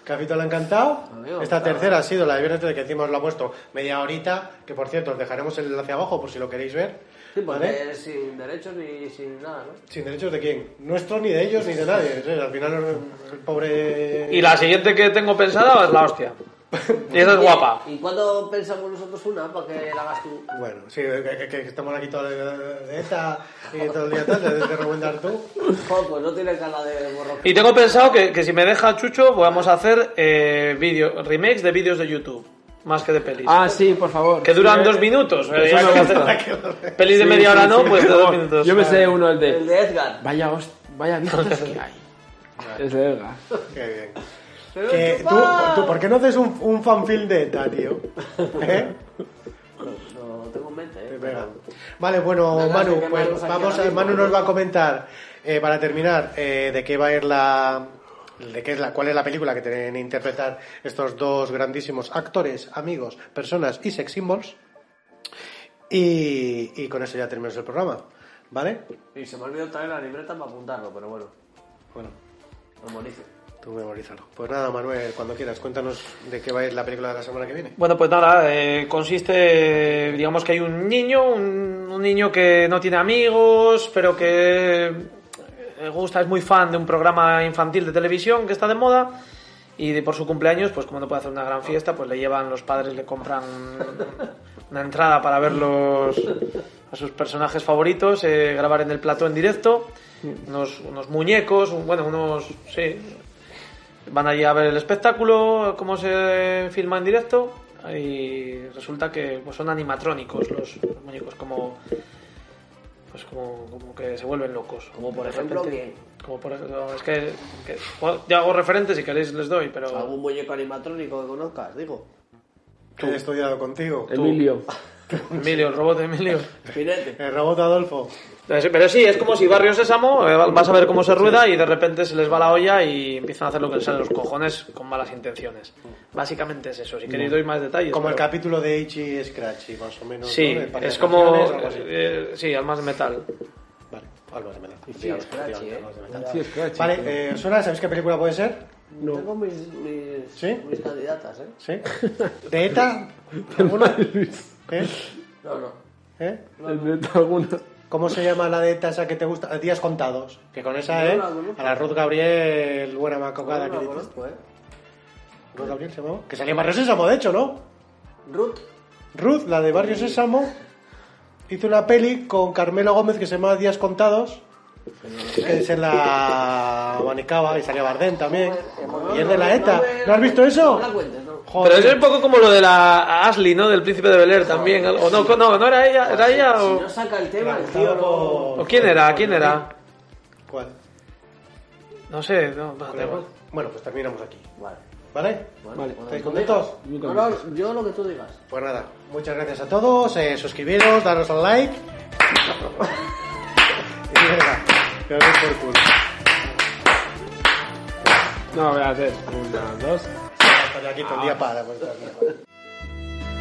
Speaker 1: Cafito le ha encantado.
Speaker 3: Amigo,
Speaker 1: Esta
Speaker 3: claro.
Speaker 1: tercera ha sido la de viernes 13, que encima os lo ha puesto media horita, que por cierto os dejaremos el enlace abajo por si lo queréis ver.
Speaker 3: Sí, pues, eh. porque
Speaker 1: ¿Vale?
Speaker 3: es sin derechos ni sin nada, ¿no?
Speaker 1: ¿Sin derechos de quién? Nuestro, ni de ellos, ni de nadie. O sea, al final el pobre...
Speaker 4: Y la siguiente que tengo pensada es la hostia. Y esa es guapa.
Speaker 3: ¿Y cuándo pensamos nosotros una para que la hagas tú?
Speaker 1: Bueno, sí, que, que- que estamos aquí todo el día de esta y todo el día tal, de, de recomendar tú.
Speaker 3: Joder, pues no tiene cara de borro.
Speaker 4: Y tengo pensado que, que si me deja Chucho, vamos a hacer eh, vídeo- remakes de vídeos de YouTube, más que de pelis.
Speaker 2: Ah, sí, por favor.
Speaker 4: que duran
Speaker 2: Sí,
Speaker 4: dos
Speaker 2: eh,
Speaker 4: minutos. eh,
Speaker 2: Eso
Speaker 4: hay
Speaker 2: me
Speaker 4: que
Speaker 2: gusta.
Speaker 4: hacer [LAUGHS] pelis de
Speaker 2: Sí,
Speaker 4: media
Speaker 2: sí,
Speaker 4: hora
Speaker 2: sí,
Speaker 4: no,
Speaker 2: sí,
Speaker 4: pues
Speaker 2: por
Speaker 4: de dos
Speaker 2: favor.
Speaker 4: minutos.
Speaker 2: Yo me sé uno, el
Speaker 3: El
Speaker 2: de...
Speaker 3: de Edgar.
Speaker 2: Vaya host... Vaya vistas que
Speaker 1: [LAUGHS]
Speaker 2: hay. Es de Edgar.
Speaker 1: Qué bien. Que tú, tú, ¿Por qué no haces un, un fanfilm de ETA,
Speaker 3: [LAUGHS]
Speaker 1: tío? ¿Eh?
Speaker 3: No, tengo en mente, ¿eh?
Speaker 1: Venga. Vale, bueno,
Speaker 3: Nada,
Speaker 1: Manu,
Speaker 3: que
Speaker 1: pues
Speaker 3: Manu saque
Speaker 1: vamos
Speaker 3: ahora
Speaker 1: a,
Speaker 3: mismo,
Speaker 1: Manu
Speaker 3: ¿no?
Speaker 1: nos va a comentar, eh, para terminar, eh, de qué va a ir la... De qué es la, ¿Cuál es la película que tienen que interpretar estos dos grandísimos actores, amigos, personas y sex symbols? Y, y con eso ya terminamos el programa, ¿vale?
Speaker 3: Y se me ha olvidado traer la libreta para apuntarlo, pero bueno,
Speaker 1: Bueno,
Speaker 3: lo memorizo.
Speaker 1: tú memorízalo. Pues nada, Manuel, cuando quieras, cuéntanos de qué va a ir la película de la semana que viene.
Speaker 4: Bueno, pues nada, eh, consiste, digamos que hay un niño, un, un niño que no tiene amigos, pero que eh, gusta, es muy fan de un programa infantil de televisión que está de moda. Y de- por su cumpleaños, pues como no puede hacer una gran fiesta, pues le llevan los padres, le compran una entrada para verlos a sus personajes favoritos, eh, grabar en el plató en directo, unos, unos muñecos, un- bueno, unos, sí, Van allí a ver el espectáculo, cómo se filma en directo, y resulta que pues, son animatrónicos los, los muñecos, como, pues, como, como que se vuelven locos.
Speaker 3: Como por
Speaker 4: De
Speaker 3: ejemplo,
Speaker 4: repente. Como por ejemplo, es que, que- bueno, yo hago referentes si queréis les doy, pero...
Speaker 3: ¿Algún muñeco animatrónico que conozcas? [LAUGHS] Digo.
Speaker 1: Que He estudiado contigo.
Speaker 2: Emilio.
Speaker 4: Emilio, el robot de Emilio.
Speaker 3: Espinete.
Speaker 1: El robot Adolfo.
Speaker 4: Entonces, [LAUGHS] Pero sí, es como si Barrio Sésamo, eh, vas a ver cómo se rueda y de repente se les va la olla y empiezan a hacer lo que les sale de los cojones con malas intenciones. Básicamente es eso, si queréis doy más detalles.
Speaker 1: Como el
Speaker 4: pero-
Speaker 1: capítulo de Ichi Scratchy, más o menos.
Speaker 4: Sí,
Speaker 1: ¿no? De parque
Speaker 4: es
Speaker 1: de
Speaker 4: como...
Speaker 1: atracciones, algo así.
Speaker 4: eh, sí, almas de metal.
Speaker 1: Vale, algo de metal.
Speaker 3: Sí, es crachi, ¿eh?
Speaker 2: Sí, es Scratchy.
Speaker 1: Vale, eh, Sora, ¿sabéis qué película puede ser?
Speaker 3: No. Tengo mis, mis,
Speaker 1: ¿Sí?
Speaker 3: mis candidatas, ¿eh?
Speaker 1: ¿Sí? ¿De ETA?
Speaker 2: [LAUGHS]
Speaker 1: ¿Alguna? ¿Eh?
Speaker 3: No, no.
Speaker 1: ¿Eh?
Speaker 2: Inventa alguna.
Speaker 1: ¿Cómo se llama la de ETA esa que te gusta? Días contados. Que con esa,
Speaker 3: No
Speaker 1: ¿eh?
Speaker 3: la conozco.
Speaker 1: A la Ruth Gabriel, buena macocada
Speaker 3: No,
Speaker 1: que
Speaker 3: no la
Speaker 1: dices.
Speaker 3: conozco, ¿eh?
Speaker 1: ¿Ruth Gabriel se llamaba? Que salía en Barrio Sésamo, de hecho, ¿no?
Speaker 3: Ruth.
Speaker 1: Ruth, la de Barrio Sésamo, hizo una peli con Carmelo Gómez que se llama Días Contados, que se la abanicaba y salía Bardem también. Y es de la ETA. ¿No has visto eso?
Speaker 3: No la cuentes, no.
Speaker 4: Pero
Speaker 1: Joder.
Speaker 4: eso es un poco como lo de la Ashley, ¿no? Del príncipe de Bel Air también. algo- O no, no, no era ella,
Speaker 1: Ah,
Speaker 4: era ella
Speaker 3: Si
Speaker 4: o...
Speaker 3: no saca el tema, el tío no...
Speaker 1: Lanzado
Speaker 4: ¿O quién era?
Speaker 1: por-
Speaker 4: ¿Quién era?
Speaker 1: ¿Cuál?
Speaker 4: No sé, no, no, da igual.
Speaker 1: Bueno, pues terminamos aquí.
Speaker 3: Vale.
Speaker 1: ¿Vale?
Speaker 3: Bueno,
Speaker 1: ¿Estáis
Speaker 3: cuando tú
Speaker 1: contentos?
Speaker 3: digas. No, no, yo lo que tú digas.
Speaker 1: Pues nada, muchas gracias a todos. eh, suscribiros, daros al like. [LAUGHS] y venga, que os deis por culo.
Speaker 2: No, voy a hacer. Una, dos.
Speaker 1: Estaré aquí todo el día para. pues, todo el día.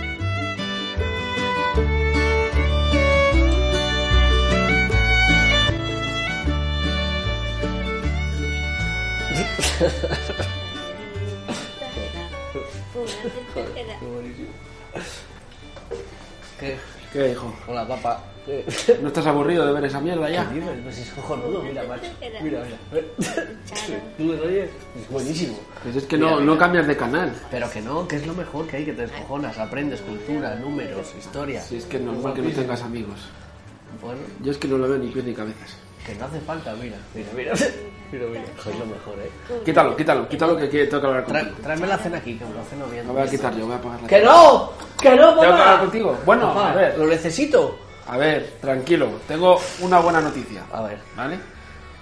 Speaker 3: ¿Qué?
Speaker 2: ¿Qué, hijo?
Speaker 3: Hola, papá. ¿Qué?
Speaker 2: ¿No estás aburrido de ver esa mierda ya?
Speaker 3: Dime, pues es cojonudo, mira, macho. Mira, mira. ¿Tú lo oyes? Es buenísimo.
Speaker 2: Pues es que no, no cambias de canal.
Speaker 3: Pero que no, que es lo mejor que hay, que te descojonas, aprendes cultura, números, historia.
Speaker 2: Si es que es normal que no tengas amigos.
Speaker 3: Bueno,
Speaker 2: Yo es que no lo veo ni pies ni cabezas.
Speaker 3: que no hace falta, mira, mira, mira. [LAUGHS] Mira, mira, es lo mejor, eh.
Speaker 2: Quítalo, quítalo, quítalo que quiero, tengo que hablar
Speaker 3: Tra-
Speaker 2: contigo.
Speaker 3: tráeme la cena aquí, que me lo ceno bien.
Speaker 2: Lo voy a quitar yo, voy a apagar la
Speaker 3: ¡Que
Speaker 2: tele.
Speaker 3: no! ¡Que no,
Speaker 2: Tengo que hablar
Speaker 3: papá!
Speaker 2: contigo. Bueno,
Speaker 3: Papá,
Speaker 2: a ver,
Speaker 3: lo necesito.
Speaker 2: a ver, tranquilo. Tengo una buena noticia,
Speaker 3: A ver,
Speaker 2: ¿vale?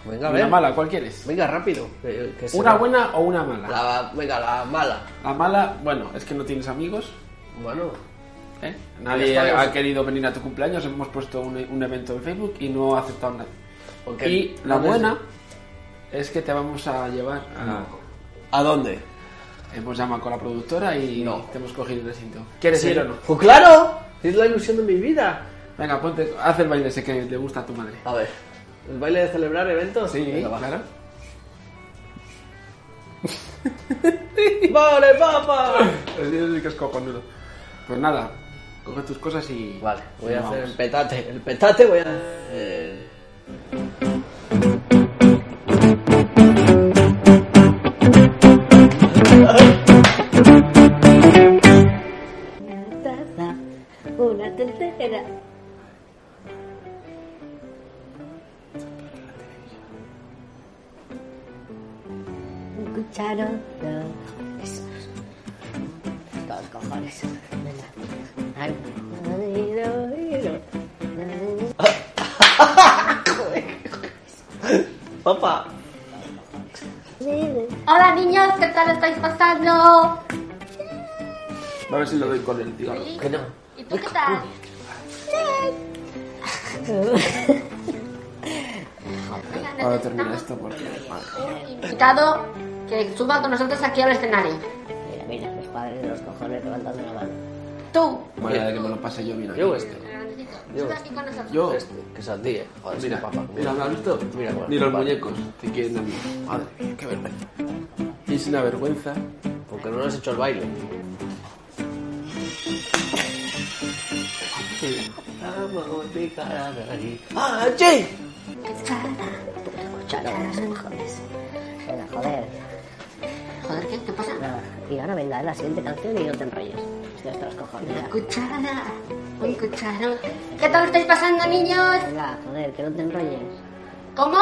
Speaker 3: venga, a
Speaker 2: Una
Speaker 3: ver.
Speaker 2: mala, ¿cuál quieres?
Speaker 3: Venga, rápido. que- que se
Speaker 2: ¿Una
Speaker 3: va.
Speaker 2: buena o una mala?
Speaker 3: La, venga, la mala.
Speaker 2: La mala, bueno, es que no tienes amigos.
Speaker 3: Bueno,
Speaker 2: ¿eh? Nadie
Speaker 3: Ya está,
Speaker 2: ha
Speaker 3: ya.
Speaker 2: querido venir a tu cumpleaños. Hemos puesto un, un evento en Facebook y no ha aceptado nada.
Speaker 3: Porque-
Speaker 2: Y la
Speaker 3: ¿dónde
Speaker 2: buena es que te vamos a llevar a...
Speaker 3: ¿a dónde?
Speaker 2: Hemos llamado con la productora y
Speaker 3: No.
Speaker 2: te hemos cogido el recinto. ¿Quieres ir o no?
Speaker 3: Pues claro, es la ilusión de mi vida. Ah,
Speaker 2: Venga, ponte, haz el baile ese que le gusta a tu madre.
Speaker 3: A ver, ¿el baile de celebrar eventos?
Speaker 2: Sí,
Speaker 3: Venga, va.
Speaker 2: claro.
Speaker 3: [LAUGHS] ¡Vale, papá!
Speaker 2: Así es que es cojonudo. Pues nada, coge tus cosas y.
Speaker 3: Vale, voy a
Speaker 2: Vamos.
Speaker 3: hacer el petate. El petate voy a. eh,
Speaker 6: Una taza, una tercera. Un cucharón. Eso. Los cojones. Venga. Ay, oído, oído.
Speaker 3: ¡Papá!
Speaker 6: Hola niños, ¿qué tal estáis pasando?
Speaker 2: Va a ver si lo doy con el cigarro.
Speaker 3: Que no.
Speaker 6: ¿Y tú qué tal? Venga,
Speaker 2: Ahora termina esto porque. madre.
Speaker 6: invitado que suba con nosotros aquí al escenario.
Speaker 7: Mira, mira, los padres de los cojones levantando la mano.
Speaker 6: Tú.
Speaker 2: Manera de que me lo pase yo bien aquí.
Speaker 3: Yo este.
Speaker 6: Sube aquí con nosotros.
Speaker 2: Yo,
Speaker 3: Este. Que es a ti, eh. Joder,
Speaker 2: mira,
Speaker 3: sí, papá. como-
Speaker 2: mira, ¿me has visto?
Speaker 3: Mira, bueno,
Speaker 2: Ni los
Speaker 3: papá.
Speaker 2: muñecos te quieren a mí. Madre mía, qué vergüenza. Es una vergüenza.
Speaker 3: Porque no has hecho el baile. ¡Ah, che!
Speaker 7: Cucharones, cojones. Venga, joder.
Speaker 6: Joder, ¿qué? ¿Qué pasa?
Speaker 7: Nada. Y ahora venga, es la siguiente canción y no te enrolles. Estoy hasta los cojones. ya.
Speaker 6: Cuchara. Un cucharón. ¿Qué tal estáis pasando, niños?
Speaker 7: Venga, joder, que no te enrolles.
Speaker 6: ¿Cómo?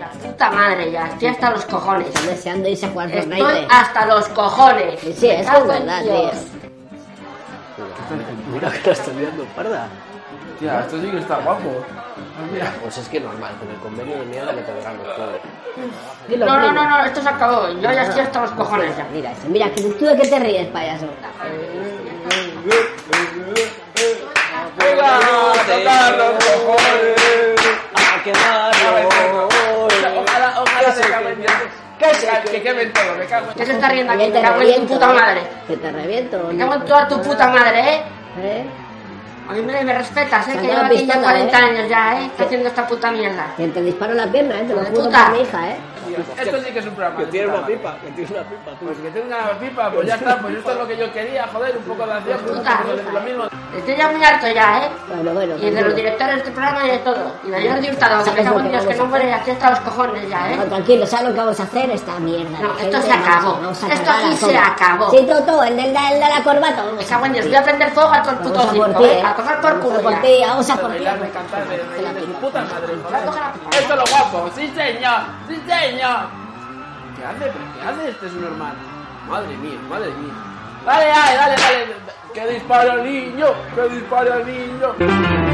Speaker 6: La puta madre ya. Estoy hasta los cojones.
Speaker 7: Están deseando irse a jugar
Speaker 6: Estoy
Speaker 7: Fortnite.
Speaker 6: hasta los cojones.
Speaker 7: Sí, sí, eso es
Speaker 6: Cago en
Speaker 7: verdad,
Speaker 6: Dios.
Speaker 7: tío.
Speaker 3: Mira que la estás liando parda.
Speaker 2: Tía, esto sí que está guapo. Ah, mira.
Speaker 3: Pues es que normal, con el convenio de mierda que te verán los pobres.
Speaker 7: Dilo,
Speaker 6: No, no,
Speaker 7: primo.
Speaker 6: no, no, esto se acabó. Yo ya estoy hasta los cojones ya.
Speaker 7: Mira, eso, mira, que tú de qué te ríes, payaso.
Speaker 3: ¡Venga!
Speaker 2: tocar los cojones!
Speaker 3: ¡A quemarlo!
Speaker 2: Ojalá, ojalá se quemen. Que se que quemen todo, me cago en
Speaker 6: ¿Qué se está riendo
Speaker 7: Que
Speaker 6: aquí?
Speaker 7: te
Speaker 6: Me cago en tu
Speaker 7: reviento.
Speaker 6: puta madre.
Speaker 7: Que te reviento.
Speaker 6: Me cago en toda tu puta madre, ¿eh?
Speaker 7: ¿Eh?
Speaker 6: A mí me, me respetas, ¿eh?
Speaker 7: Se
Speaker 6: Que
Speaker 7: ha
Speaker 6: llevo
Speaker 7: quedado
Speaker 6: aquí ya
Speaker 7: pistola,
Speaker 6: 40
Speaker 7: ¿eh?
Speaker 6: años ya, ¿eh? Está haciendo esta puta mierda.
Speaker 7: Que te disparo la pierna, ¿eh? Te lo
Speaker 6: Hijo de
Speaker 7: juro
Speaker 6: puta.
Speaker 7: por mi hija, ¿eh?
Speaker 2: Esto sí que es un programa.
Speaker 3: Que
Speaker 2: de
Speaker 3: tiene
Speaker 2: puta
Speaker 3: una
Speaker 2: madre.
Speaker 3: pipa, que tiene una pipa.
Speaker 2: Pues que tiene una pipa, pues ya está, pues esto es lo que yo quería, joder, un poco de acción, pues
Speaker 6: Puta.
Speaker 2: lo mismo.
Speaker 6: Estoy ya muy harto ya, ¿eh?
Speaker 7: Bueno, bueno.
Speaker 6: Y de los
Speaker 7: tranquilo.
Speaker 6: directores de este programa y de todo. Y de Jordi Hurtado, que me
Speaker 7: ¿Sabes
Speaker 6: cago
Speaker 7: lo
Speaker 6: en
Speaker 7: que
Speaker 6: Dios, que
Speaker 7: vamos a
Speaker 6: no muere aquí hasta los cojones ya,
Speaker 7: No,
Speaker 6: ¿eh?
Speaker 7: tranquilo, ¿sabes lo que vamos a hacer? Esta mierda.
Speaker 6: No,
Speaker 7: la
Speaker 6: esto
Speaker 7: gente,
Speaker 6: se acabó.
Speaker 7: vamos a- vamos a
Speaker 6: Esto
Speaker 7: cargar
Speaker 6: aquí
Speaker 7: a
Speaker 6: se
Speaker 7: todos.
Speaker 6: acabó.
Speaker 7: Sí, Toto, el del, el de la corbata. Vamos
Speaker 6: Me
Speaker 7: a
Speaker 6: cago
Speaker 7: por
Speaker 6: en Dios,
Speaker 7: ti.
Speaker 6: voy a prender fuego al
Speaker 7: Vamos
Speaker 6: puto
Speaker 7: a por
Speaker 6: circo,
Speaker 7: ti,
Speaker 6: ¿eh?
Speaker 7: ¿eh?
Speaker 6: A coger por
Speaker 7: Vamos a
Speaker 6: culo
Speaker 7: por
Speaker 6: ya.
Speaker 7: ti, vamos a por ti.
Speaker 2: Bailarme, cantarme, de su puta madre, joder.
Speaker 6: Vamos a la-
Speaker 2: Esto es lo guapo, sí señor, sí señor. ¿Qué hace? ¿Pero qué hace este subnormal? Madre mía, madre mía. Dale, dale, dale, dale. Que disparo al niño, que disparo al niño.